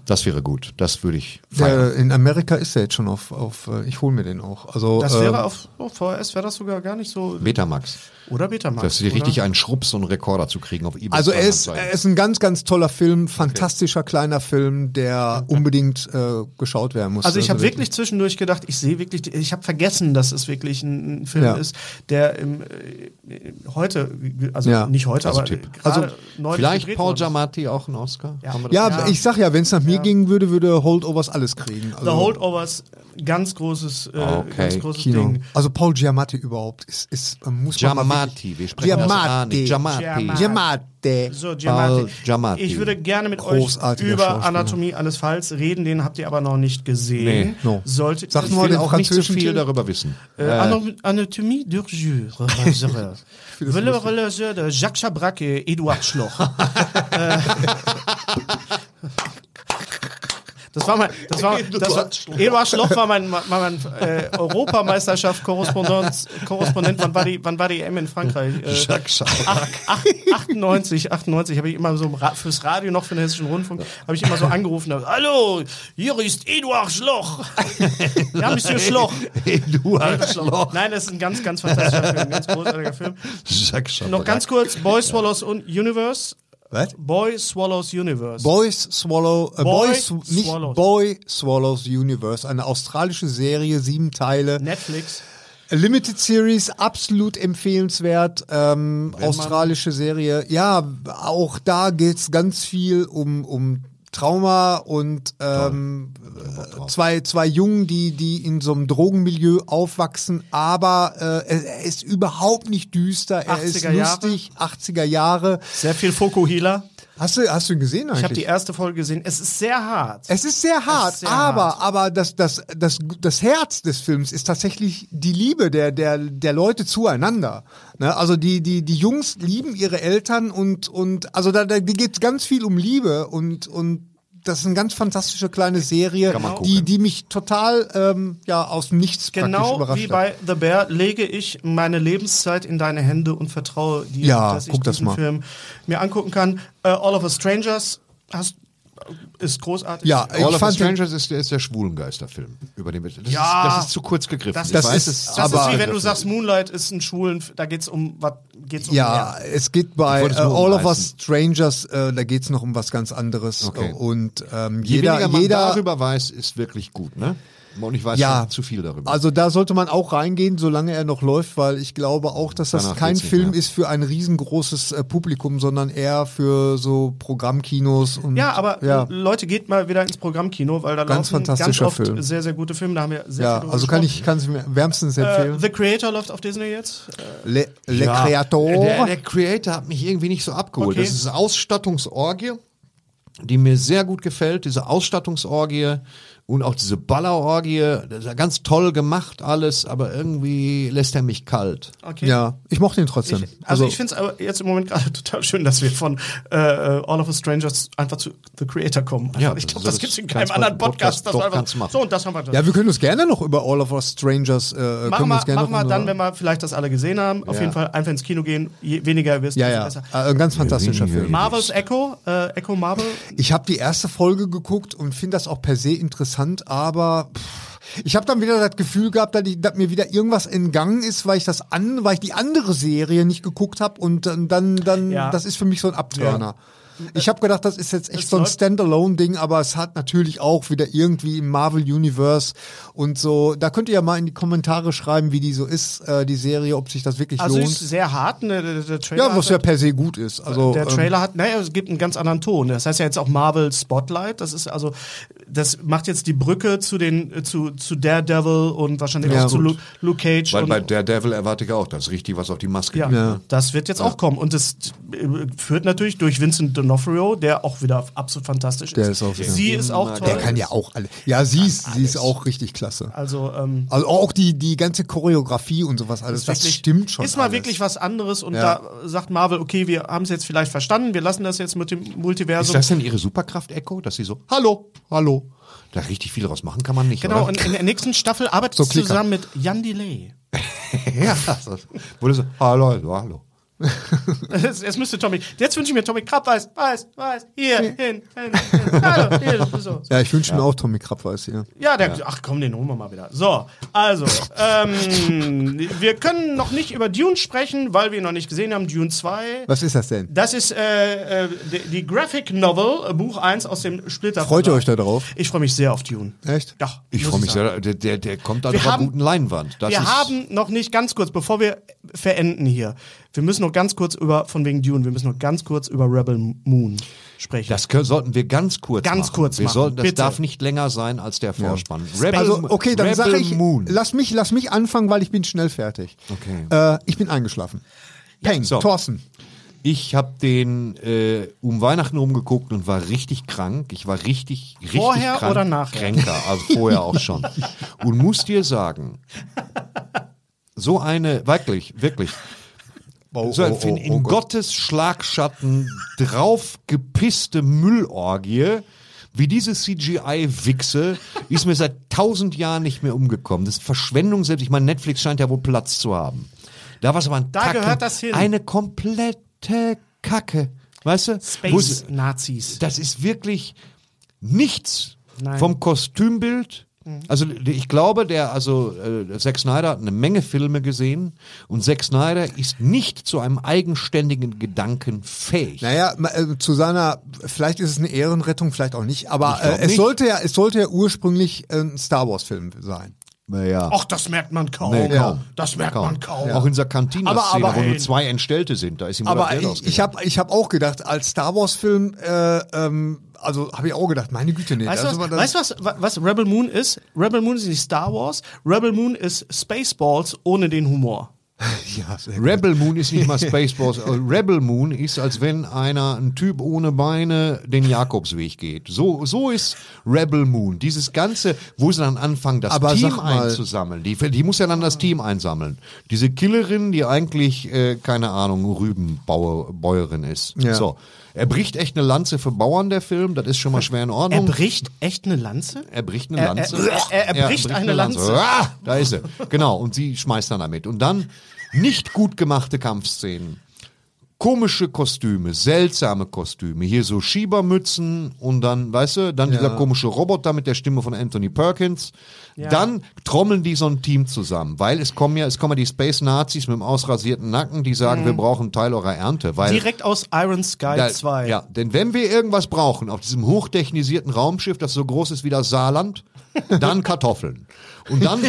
Das wäre gut. Das würde ich feiern.
Der, in Amerika ist er jetzt schon auf, auf äh, ich hole mir den auch. Also,
Das wäre
ähm,
auf, oh, auf VHS wäre das sogar gar nicht so.
Betamax.
Oder Betamax.
Dass sie
oder?
richtig einen Schrups so einen Rekorder zu kriegen auf eBay.
also er ist,
Kleinanzeigen.
er ist ein ganz, ganz toller Film, fantastischer kleiner Film, der unbedingt äh, geschaut werden muss.
Mhm. Also ich habe wirklich zwischendurch gedacht, ich sehe wirklich, ich habe vergessen, dass es wirklich ein ein Film
Ja.
ist, der im, äh, heute, also
Ja.
nicht heute,
Also
aber
Tipp.
gerade
Also
neulich
Vielleicht
gedreht
Paul
worden ist.
Giamatti auch einen Oscar? Haben wir das-
Ja, ich sag ja, wenn es nach mir gehen würde, würde Holdovers alles kriegen. Also,
The Holdovers, ganz großes, äh,
Okay,
ganz großes
Ah, Kino.
Ding.
Also Paul Giamatti überhaupt ist, ist äh, muss man mal wirklich-
Giamatti, wir sprechen das an.
Giamatti.
Giamatti.
Giamatti.
Giamatti.
So,
Paul
Giamatti.
Giamatti.
Ich würde gerne mit euch
Großartiger
über
Schauspieler.
Anatomie eines Falls reden, den habt ihr aber noch nicht gesehen.
Nee,
no.
Solltet
Sag
ihr-
nur
Ich will
den
auch nicht zu
französischen
viel
Titel.
darüber wissen.
Äh, Ano- Anatomie euh, du jeu. Wille Relais de Jacques Chabrac et Eduard Schloch. Äh, Das war mein, das war, das war, Eduard Schloch war mein, mein, mein äh, Europameisterschaft-Korrespondent. Korrespondent, wann war die, wann war die EM in Frankreich? Äh,
Jacques Chabrac.
ach- ach- 98, 98 habe ich immer so im Ra- fürs Radio noch für den Hessischen Rundfunk habe ich immer so angerufen. hab, Hallo, hier ist Eduard Schloch. ja, Monsieur Schloch.
du Arschloch.
Nein, das ist ein ganz, ganz fantastischer Film, ein ganz großartiger Film.
Jacques Chabrac.
Noch ganz kurz, Boy Swallows und Universe.
Was?
Boy Swallows Universe.
Boys Swallow, äh,
Boy
Boys, nicht
Swallows.
Boy Swallows Universe, eine australische Serie, sieben Teile.
Netflix.
Limited Series, absolut empfehlenswert. Ähm, australische Serie. Ja, auch da geht's ganz viel um, um Trauma und ähm, zwei, zwei Jungen, die, die in so einem Drogenmilieu aufwachsen, aber äh, er, er ist überhaupt nicht düster, er ist
80er Jahre.
lustig, 80er Jahre.
Sehr viel Fokuhila.
Hast du, hast du ihn gesehen eigentlich?
Ich habe die erste Folge gesehen. Es ist sehr hart.
es ist sehr hart,
ist sehr
aber,
hart.
aber das, das, das, das Herz des Films ist tatsächlich die Liebe der, der, der Leute zueinander. Ne? Also die, die, die Jungs lieben ihre Eltern und, und also da, da geht ganz viel um Liebe und, und das ist eine ganz fantastische kleine Serie,
Kann man gucken.
die, die mich total ähm, ja, aus dem Nichts praktisch
Genau
überrascht
wie
hat.
bei The Bear lege ich meine Lebenszeit in deine Hände und vertraue dir,
Ja,
dass ich
guck das
diesen
mal.
Film mir angucken kann. Äh, All of Us Strangers hast, ist großartig.
Ja,
All
ich
of Us
fand den,
Strangers ist, der- ist der Schwulengeisterfilm, über den wir. Das,
Ja.
ist, das ist zu kurz gegriffen.
Das
Ich
ist-
weiß,
das
es-
das
aber-
ist wie wenn du sagst, Moonlight ist ein Schwulen, da geht's um was geht's um
Ja,
mehr.
es geht
Ich
bei äh,
wollte es nur
All of Us
umreißen.
Strangers, äh, da geht's noch um was ganz anderes.
Okay.
Und ähm,
Je
jeder,
weniger man
jeder
darüber weiß, ist wirklich gut, ne? Und ich weiß
Ja.
schon zu viel darüber.
Also da sollte man auch reingehen, solange er noch läuft, weil ich glaube auch, dass das
Danach
kein
geht's nicht
Film
mehr.
ist für ein riesengroßes äh, Publikum, sondern eher für so Programmkinos und
Ja, aber
ja,
Leute, geht mal wieder ins Programmkino, weil da
Ganz
laufen ganz
fantastischer
oft
Film.
sehr, sehr gute Filme. Da haben wir sehr
ja
viel drüber
also kann
gesprochen.
ich kann es mir wärmstens empfehlen.
Äh, The Creator läuft auf Disney jetzt. Äh,
Le, Le
Ja. Der,
Creator.
der Creator hat mich irgendwie nicht so abgeholt.
Okay.
Das ist eine Ausstattungsorgie, die mir sehr gut gefällt. Diese Ausstattungsorgie und auch diese Ballerorgie. Das ist ja ganz toll gemacht alles, aber irgendwie lässt er mich kalt.
Okay.
Ja, ich mochte ihn trotzdem.
Ich, also, ich finde es jetzt im Moment gerade total schön, dass wir von äh, äh, All of Us Strangers einfach zu The Creator kommen. Einfach,
Ja,
ich
also
glaube, das
das
gibt es in
kannst
keinem
du
anderen
beim
Podcast.
Podcast
dass
doch
wir einfach,
ganz machen.
So, und das haben wir dann.
ja, wir können uns gerne noch über All of Us Strangers äh, können
machen
uns
wir,
gerne
machen wir
noch-
dann, wenn wir vielleicht das alle gesehen haben. Auf
Ja.
jeden Fall einfach ins Kino gehen. Je weniger ihr wisst,
Ja,
desto
ja.
besser.
Äh, Ein ganz fantastischer Film.
Marvel's Echo, äh, Echo Marvel.
Ich habe die erste Folge geguckt und finde das auch per se interessant, aber pff, ich habe dann wieder das Gefühl gehabt, dass, ich, dass mir wieder irgendwas entgangen ist, weil ich das an, weil ich die andere Serie nicht geguckt habe und dann, dann, dann
Ja.
das ist für mich so ein Abturner. Ich habe gedacht, das ist jetzt echt
Es
so ein
läuft-
Standalone-Ding, aber es hat natürlich auch wieder irgendwie im Marvel-Universe und so. Da könnt ihr ja mal in die Kommentare schreiben, wie die so ist, äh, die Serie, ob sich das wirklich
Also ist
lohnt.
sehr hart. Ne, der, der Trailer
Ja, was ja
hat,
per se gut ist. Also,
der
ähm,
Trailer hat, naja, es gibt einen ganz anderen Ton. Das heißt ja jetzt auch Marvel Spotlight. Das ist also, das macht jetzt die Brücke zu den, äh, zu, zu Daredevil und wahrscheinlich
Ja,
auch zu
gut.
Lu- Luke Cage.
Weil
und,
bei Daredevil erwarte ich auch, dass richtig was auf die Maske ne?
Ja,
geht.
das wird jetzt auch kommen. Und das äh, führt natürlich durch Vincent D'Onofrio, der auch wieder absolut fantastisch
Der
ist.
ist auch wieder-
Sie ist auch toll.
der kann ja auch alle. Ja, sie ist, sie ist auch richtig klasse.
Also, ähm,
Also auch die, die ganze Choreografie und sowas alles, das
wirklich-
stimmt schon.
Ist mal
alles.
wirklich was anderes und
Ja.
da sagt Marvel, okay, wir haben es jetzt vielleicht verstanden, wir lassen das jetzt mit dem
Ist
Multiversum.
das denn ihre Superkraft, Echo? Dass sie so, hallo, hallo. Da richtig viel draus machen kann man nicht.
genau,
oder?
und in der nächsten Staffel arbeitet
So
sie
Klicker.
zusammen mit Jan Delay.
ja, das- wurde so, hallo, hallo, hallo.
Es, es müsste Tommy. Jetzt wünsche ich mir Tommy Krapp, weiß, weiß, weiß, hier, hin, hin, hin. Hallo, hier, so.
Ja, ich wünsche mir auch Tommy Krabbeis hier.
Ja, der, ach komm, den holen wir mal wieder. So, also, ähm, wir können noch nicht über Dune sprechen, weil wir ihn noch nicht gesehen haben. Dune 2.
Was ist das denn?
Das ist äh, äh, die, die Graphic Novel, äh, Buch 1 aus dem Splitter.
Freut ihr
Verlag.
euch da drauf?
Ich freue mich sehr auf Dune.
Echt?
Doch.
Ich
muss
freue mich
sagen.
sehr, der, der, der kommt an
Wir
einer
haben-
guten Leinwand. Das
wir
ist,
haben noch nicht ganz kurz, bevor wir verenden hier, wir müssen noch ganz kurz über, von wegen Dune, wir müssen noch ganz kurz über Rebel Moon sprechen.
Das können, sollten wir ganz kurz
Ganz
machen.
kurz
wir
machen,
sollten, das
bitte.
darf nicht länger sein als der Vorspann. Rebel,
Also, okay, dann
Rebel
sage ich,
Moon.
lass mich, lass mich anfangen, weil ich bin schnell fertig.
Okay.
Äh, ich bin eingeschlafen. Peng,
so.
Thorsten.
Ich habe den äh, um Weihnachten rumgeguckt und war richtig krank. Ich war richtig, richtig
Vorher
krank,
oder nachher?
Kränker, also vorher auch schon. Und muss dir sagen, so eine, wirklich, wirklich,
Oh,
so ein, in, in Gottes Schlagschatten draufgepisste Müllorgie, wie diese CGI-Wichse, ist mir seit tausend Jahren nicht mehr umgekommen. Das ist Verschwendung selbst. Ich meine, Netflix scheint ja wohl Platz zu haben. Da war es aber ein
Da
Tacken,
gehört das hin.
Eine komplette Kacke. Weißt du? Wo es-
Space Nazis.
das ist wirklich nichts
Nein.
vom Kostümbild. Also ich glaube, der also äh, Zack Snyder hat eine Menge Filme gesehen und Zack Snyder ist nicht zu einem eigenständigen Gedanken fähig.
Naja, ma- äh, zu seiner, vielleicht ist es eine Ehrenrettung, vielleicht auch nicht, aber
glaub
äh, es,
nicht.
Sollte ja, es sollte ja ursprünglich äh, ein Star Wars-Film sein.
Naja.
Ach, das merkt man kaum.
Nee,
oh,
kaum.
Das merkt man kaum.
Auch in dieser Cantina-Szene,
Aber- aber-
wo nur zwei Entstellte sind, da ist ihm
Aber
das Geld
ich, ich
ausgegangen.
habe ich hab auch gedacht, als Star Wars-Film, äh, ähm, also habe ich auch gedacht, meine Güte, nee.
Weißt du,
also
was,
das-
weißt du was, wa- was Rebel Moon ist? Rebel Moon ist nicht Star Wars. Rebel Moon ist Spaceballs ohne den Humor.
Ja, sehr gut.
Rebel Moon ist nicht mal Spaceballs. Äh, Rebel Moon ist, als wenn einer, ein Typ ohne Beine, den Jakobsweg geht. So, so ist Rebel Moon. Dieses Ganze, wo sie dann anfangen, das
Aber
Team
sag mal-
einzusammeln. Die, die muss ja dann das Team einsammeln. Diese Killerin, die eigentlich, äh, keine Ahnung, Rübenbäuerin ist.
Ja.
So. Er bricht echt eine Lanze für Bauern, der Film. Das ist schon mal schwer in
Er
Ordnung.
bricht echt eine Lanze?
Er bricht eine Lanze.
er- er- er bricht eine Lanze.
Ah, da ist sie. Genau, und sie schmeißt dann damit. Und dann nicht gut gemachte Kampfszenen. Komische Kostüme, seltsame Kostüme. Hier so Schiebermützen und dann, weißt du, dann dieser komische Roboter mit der Stimme von Anthony Perkins. Dann trommeln die so ein Team zusammen, weil es kommen ja, es kommen ja die Space Nazis mit dem ausrasierten Nacken, die
Mhm.
sagen, wir brauchen einen Teil eurer Ernte. Weil
Direkt aus Iron Sky
ja,
2.
Ja, denn wenn wir irgendwas brauchen auf diesem hochtechnisierten Raumschiff, das so groß ist wie das Saarland, dann Kartoffeln. Und dann,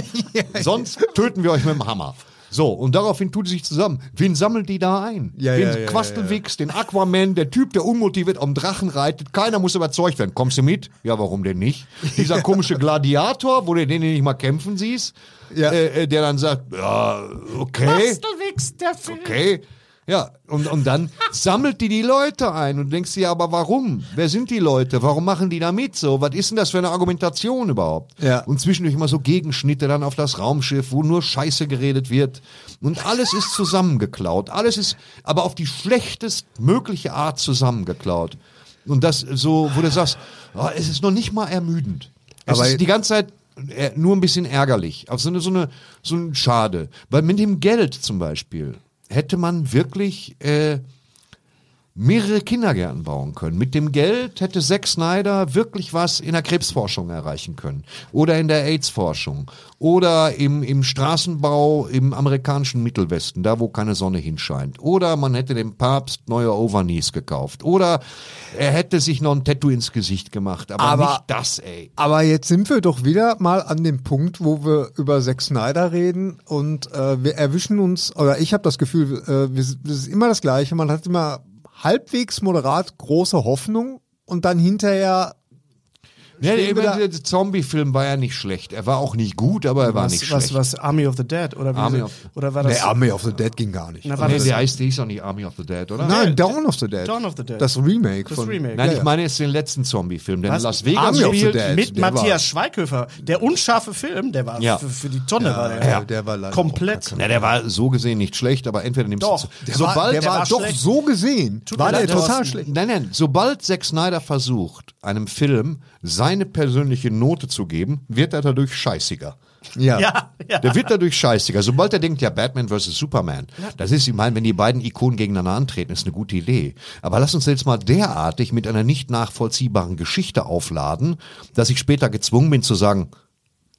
sonst töten wir euch mit dem Hammer. So, und daraufhin tun die sich zusammen. Wen sammelt die da ein?
Ja,
den
ja, ja,
Quastelwix, den Aquaman, der Typ, der unmotiviert am Drachen reitet. Keiner muss überzeugt werden. Kommst du mit? Ja, warum denn nicht? Dieser komische Gladiator, wo du den nicht mal kämpfen siehst,
Ja.
äh, äh, der dann sagt, ja, okay.
Bastelwix, der Film.
Okay. Ja, und, und dann sammelt die die Leute ein und denkst dir, aber warum? Wer sind die Leute? Warum machen die da mit so? Was ist denn das für eine Argumentation überhaupt?
Ja.
Und zwischendurch immer so Gegenschnitte dann auf das Raumschiff, wo nur Scheiße geredet wird. Und alles ist zusammengeklaut. Alles ist aber auf die schlechtestmögliche Art zusammengeklaut. Und das so, wo du sagst, oh, es ist noch nicht mal ermüdend. Es
Aber-
ist die ganze Zeit äh, nur ein bisschen ärgerlich. Auf so eine, so eine, so ein Schade. Weil mit dem Geld zum Beispiel hätte man wirklich äh, mehrere Kindergärten bauen können. Mit dem Geld hätte Zack Snyder wirklich was in der Krebsforschung erreichen können. Oder in der AIDS-Forschung. Oder im, im Straßenbau im amerikanischen Mittelwesten, da wo keine Sonne hinscheint. Oder man hätte dem Papst neue Overknees gekauft. Oder er hätte sich noch ein Tattoo ins Gesicht gemacht. Aber,
Aber-
nicht das, ey.
Aber jetzt sind wir doch wieder mal an dem Punkt, wo wir über Zack Snyder reden und äh, wir erwischen uns, oder ich habe das Gefühl, äh, wir, es ist immer das Gleiche. Man hat immer halbwegs moderat große Hoffnung und dann hinterher
Ja, der,
Stehen wir da-
der Zombie-Film war ja nicht schlecht. Er war auch nicht gut, aber er war
Was,
nicht
was,
schlecht.
was, Army of the Dead? Oder, wie
Army
sie-
of-
oder war das
Nee, Army of the Dead ging gar nicht.
Na, war
Nee,
das-
der heißt, der hieß doch nicht Army of the Dead, oder?
Nein, Dawn of the Dead.
Dawn of the Dead.
Das Remake
das
von
Remake?
Nein,
Ja,
ich
ja.
meine jetzt den letzten Zombie-Film, der in
Was?
Las Vegas
Army of the
spielt.
Dead.
Mit
der war-
Matthias Schweighöfer. Der unscharfe Film, der war
Ja.
für, für die Tonne. war der.
ja, der war leider
Komplett.
Na, der war so gesehen nicht schlecht, aber entweder nimmst
Doch,
du...
Der
sobald,
war, der war,
war
doch
schlecht.
so gesehen,
Tut mir
war der
leid, der war-
total schlecht.
Nein, nein, sobald Zack Snyder versucht, einem Film seine persönliche Note zu geben, wird er dadurch scheißiger.
Ja.
Ja, ja.
Der wird dadurch scheißiger. Sobald er denkt, ja, Batman vs. Superman, das ist, ich meine, wenn die beiden Ikonen gegeneinander antreten, ist eine gute Idee. Aber lass uns jetzt mal derartig mit einer nicht nachvollziehbaren Geschichte aufladen, dass ich später gezwungen bin zu sagen,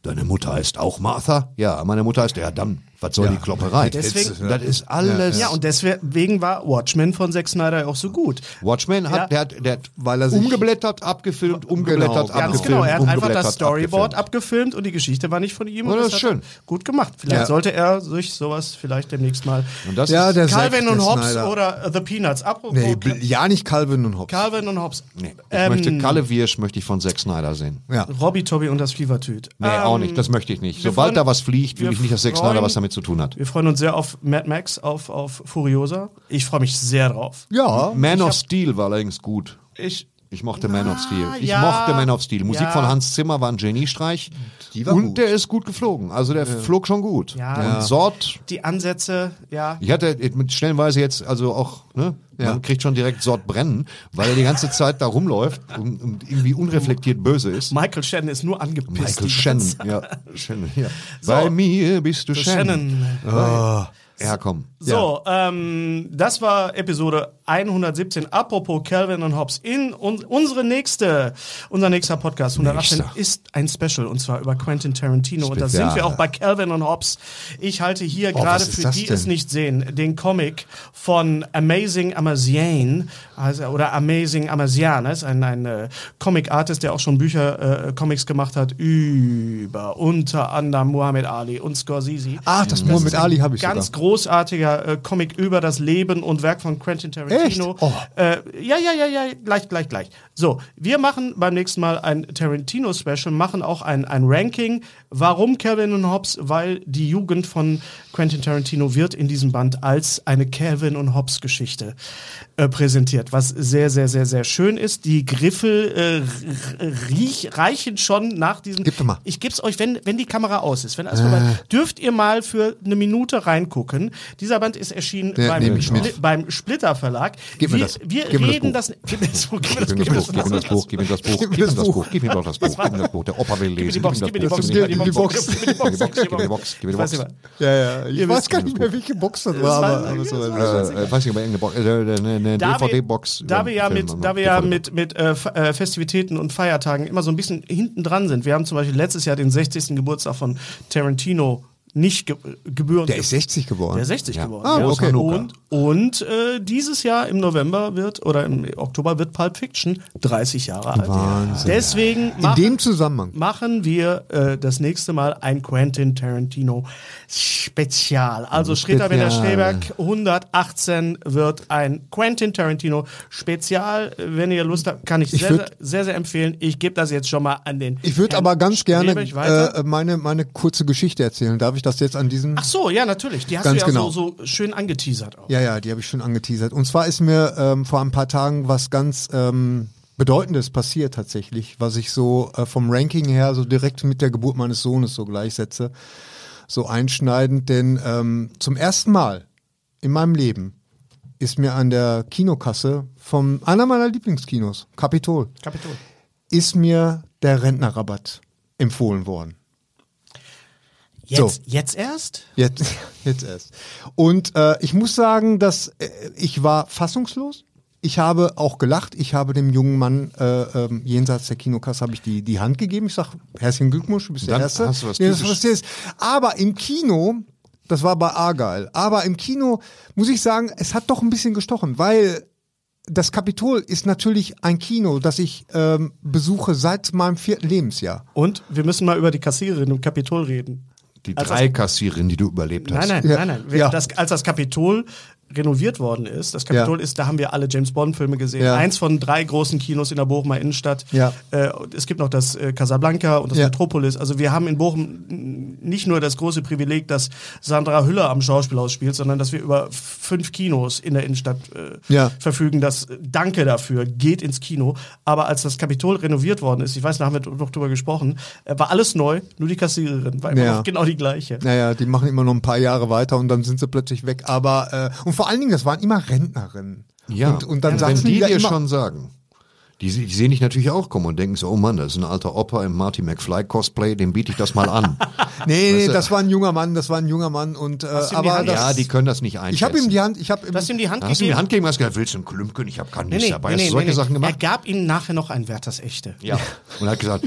deine Mutter heißt auch Martha? Ja, meine Mutter heißt, ja, dann, was soll die Klopperei?
Deswegen-
das ist alles.
Ja, und deswegen war Watchmen von Zack Snyder ja auch so gut.
Watchmen
Ja.
hat, der hat, der hat
Weil er sich- Genau,
umgeblättert, abgefilmt, umgeblättert,
Ganz
Ganz
abgefilmt.
genau, er hat einfach
umgeblättert,
das
abgefilmt.
Storyboard abgefilmt. und die Geschichte war nicht von ihm.
Ja,
und
das ist
hat
schön.
er Gut gemacht. Vielleicht
Ja.
sollte er sich sowas vielleicht demnächst mal.
Und das
Ja,
ist,
der
Calvin
Zack,
und
der
Hobbes
Snyder.
oder äh, The Peanuts. Apropos
Nee, bl- ja, nicht Calvin und Hobbes.
Calvin und Hobbes. Ähm,
nee, ich möchte Kalle Wirsch möchte ich von Zack Snyder sehen.
ja.
Robby, Tobby und das Fiebertüt. Ähm,
Nee, auch nicht. Das möchte ich nicht. Sobald
freuen-
da was fliegt, will
wir
ich nicht, dass Zack Snyder
freuen-
was damit zu tun hat.
Wir freuen uns sehr auf Mad Max, auf, auf Furiosa. Ich freue mich sehr drauf.
Ja,
Man of Steel war allerdings gut.
Ich, Ah,
Ich mochte Man of Steel. Ich
ja.
mochte Man of Steel. Musik
Ja.
von Hans Zimmer war ein Geniestreich.
Die war
und
gut.
der ist gut geflogen. Also der flog schon gut.
Ja.
Und
Ja.
Sort.
die Ansätze, ja.
Ich hatte mit stellenweise jetzt, also auch, ne, man kriegt schon direkt Sort brennen, weil er die ganze Zeit da rumläuft und, und irgendwie unreflektiert böse ist.
Michael Shannon ist nur angepisst.
Michael
die
Shannon,
ganze-
ja. Shannon, ja. Bei mir bist du Shannon.
Shannon.
Ja, komm.
So, ähm, das war Episode 117. Apropos Calvin und Hobbes. In un unsere nächste, unser nächster Podcast 118
Nächster.
ist ein Special und zwar über Quentin Tarantino. Und da
Spezial.
sind wir auch bei Calvin und Hobbes. Ich halte hier gerade
Oh, was ist
für
das
die
denn?
es nicht sehen den Comic von Amazing Amazian also, oder Amazing Amazian. Das ist ein, ein äh, Comic Artist, der auch schon Bücher, äh, Comics gemacht hat über unter anderem Muhammad Ali und Scorsese.
Ach, Ah, das Muhammad Ali habe ich
Ganz
sogar.
großartiger äh, Comic über das Leben und Werk von Quentin Tarantino.
Echt? Oh.
Äh, ja, ja, ja, ja, gleich, gleich, gleich. So, wir machen beim nächsten Mal ein Tarantino-Special, machen auch ein, ein Ranking. Warum Calvin und Hobbes? Weil die Jugend von Quentin Tarantino wird in diesem Band als eine Calvin und Hobbes-Geschichte äh, präsentiert, was sehr, sehr, sehr, sehr schön ist. Die Griffel äh, r- r- riech, reichen schon nach diesem.
Gib doch mal. Äh.
Ich geb's euch, wenn, wenn die Kamera aus ist. Wenn alles vorbei, dürft ihr mal für eine Minute reingucken. Dieser Band ist erschienen
Ja,
beim,
nehm ich mit.
Spli- beim Splitter Verlag.
Gib mir
wir,
das.
Wir
Gib mir das
reden
Buch.
das. Gib mir das Buch. Gib mir das
Gib ihm das Buch, gib ihm das Buch, gib ihm das Buch, gib ihm das Buch, gib ihm doch das Buch, gib ihm das Buch. Der Opa will
Gib mir die
lesen.
Box,
ihm
gib mir die
das Buch.
Box,
Gib mir die Box.
gib mir die Box,
Gib mir die Box, gib mir die Box.
Ich weiß nicht,
Ja, ja. Ich
Ihr
weiß
wisst-
gar nicht mehr, welche Box das
was-
war, aber,
das
aber so
war-
was.
Äh, äh, weiß nicht, aber irgendeine Box, äh, äh, eine- eine
Da wir-
DVD-Box.
Da wir ja
Film,
mit,
also
da wir ja
DVD.
mit, mit äh, F- äh, Festivitäten und Feiertagen immer so ein bisschen hinten dran sind. Wir haben zum Beispiel letztes Jahr den 60. Geburtstag von Tarantino nicht ge gebührend.
Der ist 60 geworden.
Der ist 60
Ja.
geworden.
Ah,
ja.
okay.
Und, und äh, dieses Jahr im November wird oder im Oktober wird Pulp Fiction 30 Jahre alt.
Wahnsinn.
Deswegen
In
machen-
dem Zusammenhang.
machen wir äh, das nächste Mal ein Quentin Tarantino Spezial. Also Schritter Bender Schneeberg 118 wird ein Quentin Tarantino Spezial. Wenn ihr Lust habt, kann ich,
Ich
sehr, sehr,
würd-
sehr, sehr empfehlen. Ich gebe das jetzt schon mal an den.
Ich würde
Herrn
aber ganz gerne
Schneeberg weiter.
äh, meine, meine kurze Geschichte erzählen. Darf ich das jetzt an diesen.
Ach so, ja, natürlich. Die hast du
Ganz
ja
genau.
so, so schön angeteasert auch.
Ja, ja, die habe ich schon angeteasert. Und zwar ist mir ähm, vor ein paar Tagen was ganz ähm, Bedeutendes passiert tatsächlich, was ich so äh, vom Ranking her so direkt mit der Geburt meines Sohnes so gleichsetze. So einschneidend, denn ähm, zum ersten Mal in meinem Leben ist mir an der Kinokasse von einer meiner Lieblingskinos, Capitol,
Kapitol.
ist mir der Rentnerrabatt empfohlen worden.
Jetzt, jetzt erst?
Jetzt, jetzt erst. Und äh, ich muss sagen, dass äh, ich war fassungslos. Ich habe auch gelacht. Ich habe dem jungen Mann äh, ähm, jenseits der Kinokasse habe ich die, die Hand gegeben. Ich sage, herzlichen Glückwunsch, du bist der
Dann
Erste.
hast du was
Ja, das
typisch-
was ist. Aber im Kino, das war bei Argyle, aber im Kino muss ich sagen, es hat doch ein bisschen gestochen, weil das Kapitol ist natürlich ein Kino, das ich ähm, besuche seit meinem vierten Lebensjahr.
Und wir müssen mal über die Kassiererin im Kapitol reden.
Die
Also-
drei Kassiererinnen, die du überlebt hast.
Nein, nein,
Ja.
nein, nein. Wir-
Ja.
Das, als das Kapitol renoviert worden ist, das Kapitol ist, da haben wir alle James Bond-Filme gesehen.
Ja.
Eins von drei großen Kinos in der Bochumer Innenstadt.
Ja.
Äh, und es gibt noch das äh, Casablanca und das
Ja.
Metropolis. Also wir haben in Bochum n- nicht nur das große Privileg, dass Sandra Hüller am Schauspielhaus spielt, sondern dass wir über fünf Kinos in der Innenstadt äh,
Ja.
verfügen. Das Danke dafür, geht ins Kino. Aber als das Kapitol renoviert worden ist, ich weiß, da haben wir noch drüber gesprochen, äh, war alles neu, nur die Kassiererin war immer
Ja.
noch genau die gleiche.
Naja, die machen immer noch ein paar Jahre weiter und dann sind sie plötzlich weg. Aber äh, und vor allen Dingen, das waren immer Rentnerinnen.
Ja,
Und, und dann
wenn
saßen
die
da
dir
immer,
schon sagen, die, se- die sehen dich natürlich auch kommen und denken so, oh Mann, das ist ein alter Opa im Marty McFly Cosplay, dem biete ich das mal an.
Nee, nee,
du?
das war ein junger Mann, das war ein junger Mann und äh,
ihm die
aber
Hand-
das,
ja, die können das nicht einschätzen.
ich habe ihm die Hand, ich habe ihm
Du hast ihm die Hand
Da hast du ihm
gegeben.
die Hand gegeben, hast gesagt, willst du einen Klümpchen? Ich habe gar nichts dabei. hast du solche Sachen
Er
gemacht?
gab ihm nachher noch ein Wert, das echte.
Ja. Und hat gesagt,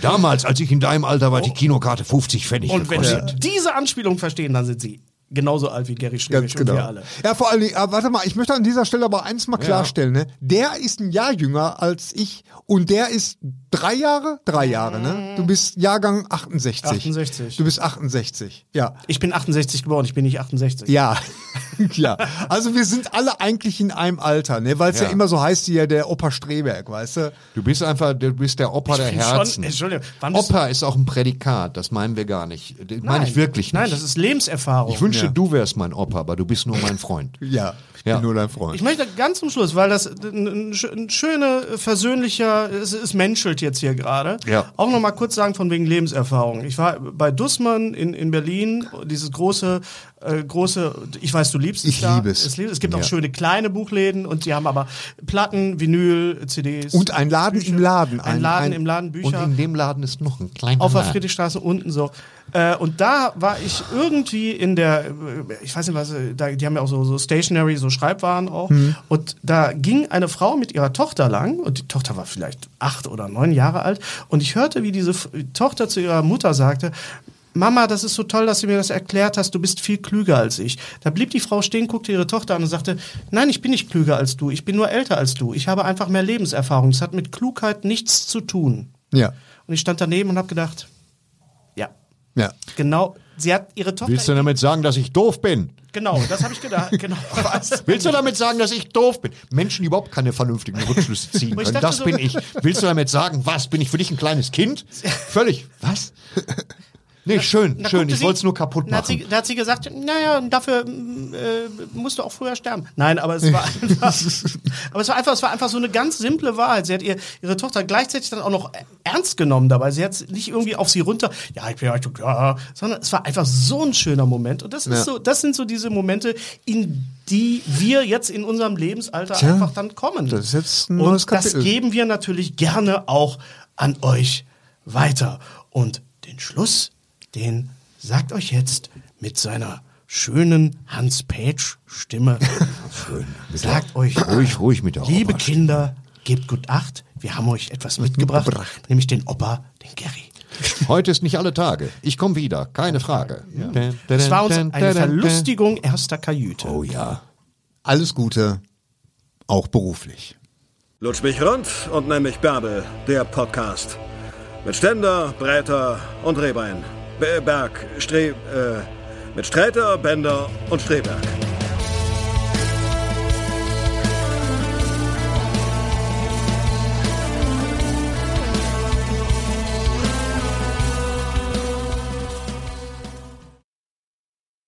damals, als ich in deinem Alter war, die Kinokarte 50 Pfennig
Oh. Und wenn
gekostet.
Sie diese Anspielung verstehen, dann sind Sie genauso alt wie Gary
ganz
Schneewisch und wir
genau.
alle.
Ja, vor allen Dingen, äh, warte mal, ich möchte an dieser Stelle aber eins mal klarstellen, ne? Der ist ein Jahr jünger als ich und der ist drei Jahre, drei Jahre, ne? Du bist Jahrgang 68.
68.
Du bist 68. Ja.
Ich bin 68 geboren, ich bin nicht 68.
Ja, ja. Also wir sind alle eigentlich in einem Alter, ne? Weil es ja.
Ja.
immer so heißt, hier der Opa Streberg, weißt du?
Du bist einfach, du bist der Opa der
bin schon-
Herzen.
Entschuldigung, wann bist
Opa ist auch ein Prädikat, das meinen wir gar nicht. Das meine ich wirklich nicht.
Nein, das ist Lebenserfahrung.
ich wünsche, du wärst mein Opa, aber du bist nur mein Freund.
Ja, ich
Ja.
bin nur dein Freund.
Ich möchte ganz zum Schluss, weil das ein, ein sch- ein schöner, äh, versöhnlicher, es, es menschelt jetzt hier gerade.
Ja.
Auch noch mal kurz sagen von wegen Lebenserfahrung. Ich war bei Dussmann in, in Berlin, dieses große, äh, große, ich weiß, du liebst es
Ich
da.
liebe es.
Es, lieb- es gibt auch
Ja.
schöne kleine Buchläden und die haben aber Platten, Vinyl, CDs.
Und ein Laden im Laden,
Ein,
ein-
Laden
ein-
im Laden,
Und
Bücher.
in dem Laden ist noch ein kleiner
Auf der
Laden.
Friedrichstraße unten so. Äh, und da war ich irgendwie in der, äh, ich weiß nicht was, äh, da, die haben ja auch so, so Stationery, so Schreibwaren auch. Und da ging eine Frau mit ihrer Tochter lang und die Tochter war vielleicht acht oder neun Jahre alt. Und ich hörte, wie diese F Tochter zu ihrer Mutter sagte, Mama, das ist so toll, dass du mir das erklärt hast. Du bist viel klüger als ich. Da blieb die Frau stehen, guckte ihre Tochter an und sagte, nein, ich bin nicht klüger als du. Ich bin nur älter als du. Ich habe einfach mehr Lebenserfahrung. Es hat mit Klugheit nichts zu tun.
Ja,
Und ich stand daneben und habe gedacht, ja,
ja.
genau Sie hat ihre Tochter.
Willst du damit sagen, dass ich doof bin?
Genau, das habe ich gedacht. Genau. Was?
Willst du damit sagen, dass ich doof bin? Menschen, die überhaupt keine vernünftigen Rückschlüsse ziehen
Ich
können.
dachte
Das
so-
bin ich. Willst du damit sagen, was? Bin ich für dich ein kleines Kind? Völlig. Was? Nee, schön, schön. Ich wollte es nur kaputt
Da hat, sie,
machen.
da hat sie gesagt, naja, und dafür mm, äh, musst du auch früher sterben. Nein, aber es war einfach, aber es war einfach, es war einfach so eine ganz simple Wahrheit. Sie hat ihr, ihre Tochter gleichzeitig dann auch noch ernst genommen dabei. Sie hat es nicht irgendwie auf sie runter, ja, ich bin ja, ich- ja, sondern es war einfach so ein schöner Moment. Und das ist so, das sind so diese Momente, in die wir jetzt in unserem Lebensalter
Tja,
einfach dann kommen.
das ist jetzt ein
und
neues
Das
Kapitel.
geben wir natürlich gerne auch an euch weiter. Und den Schluss, den sagt euch jetzt mit seiner schönen Hans-Page-Stimme. Schön. Sagt euch,
Ruhig, ruhig mit der
liebe
Opa.
Kinder, gebt gut Acht. Wir haben euch etwas mitgebracht, nämlich den Opa, den Gary.
Heute ist nicht alle Tage. Ich komme wieder, keine Frage.
Es war uns eine Verlustigung erster Kajüte.
Oh ja.
Alles Gute, auch beruflich.
Lutsch mich rund und nenn mich Bärbel, der Podcast. Mit Ständer, Breiter und Rehbein. Be Berg, Stre... Äh, mit Sträter, Bender und Streberg.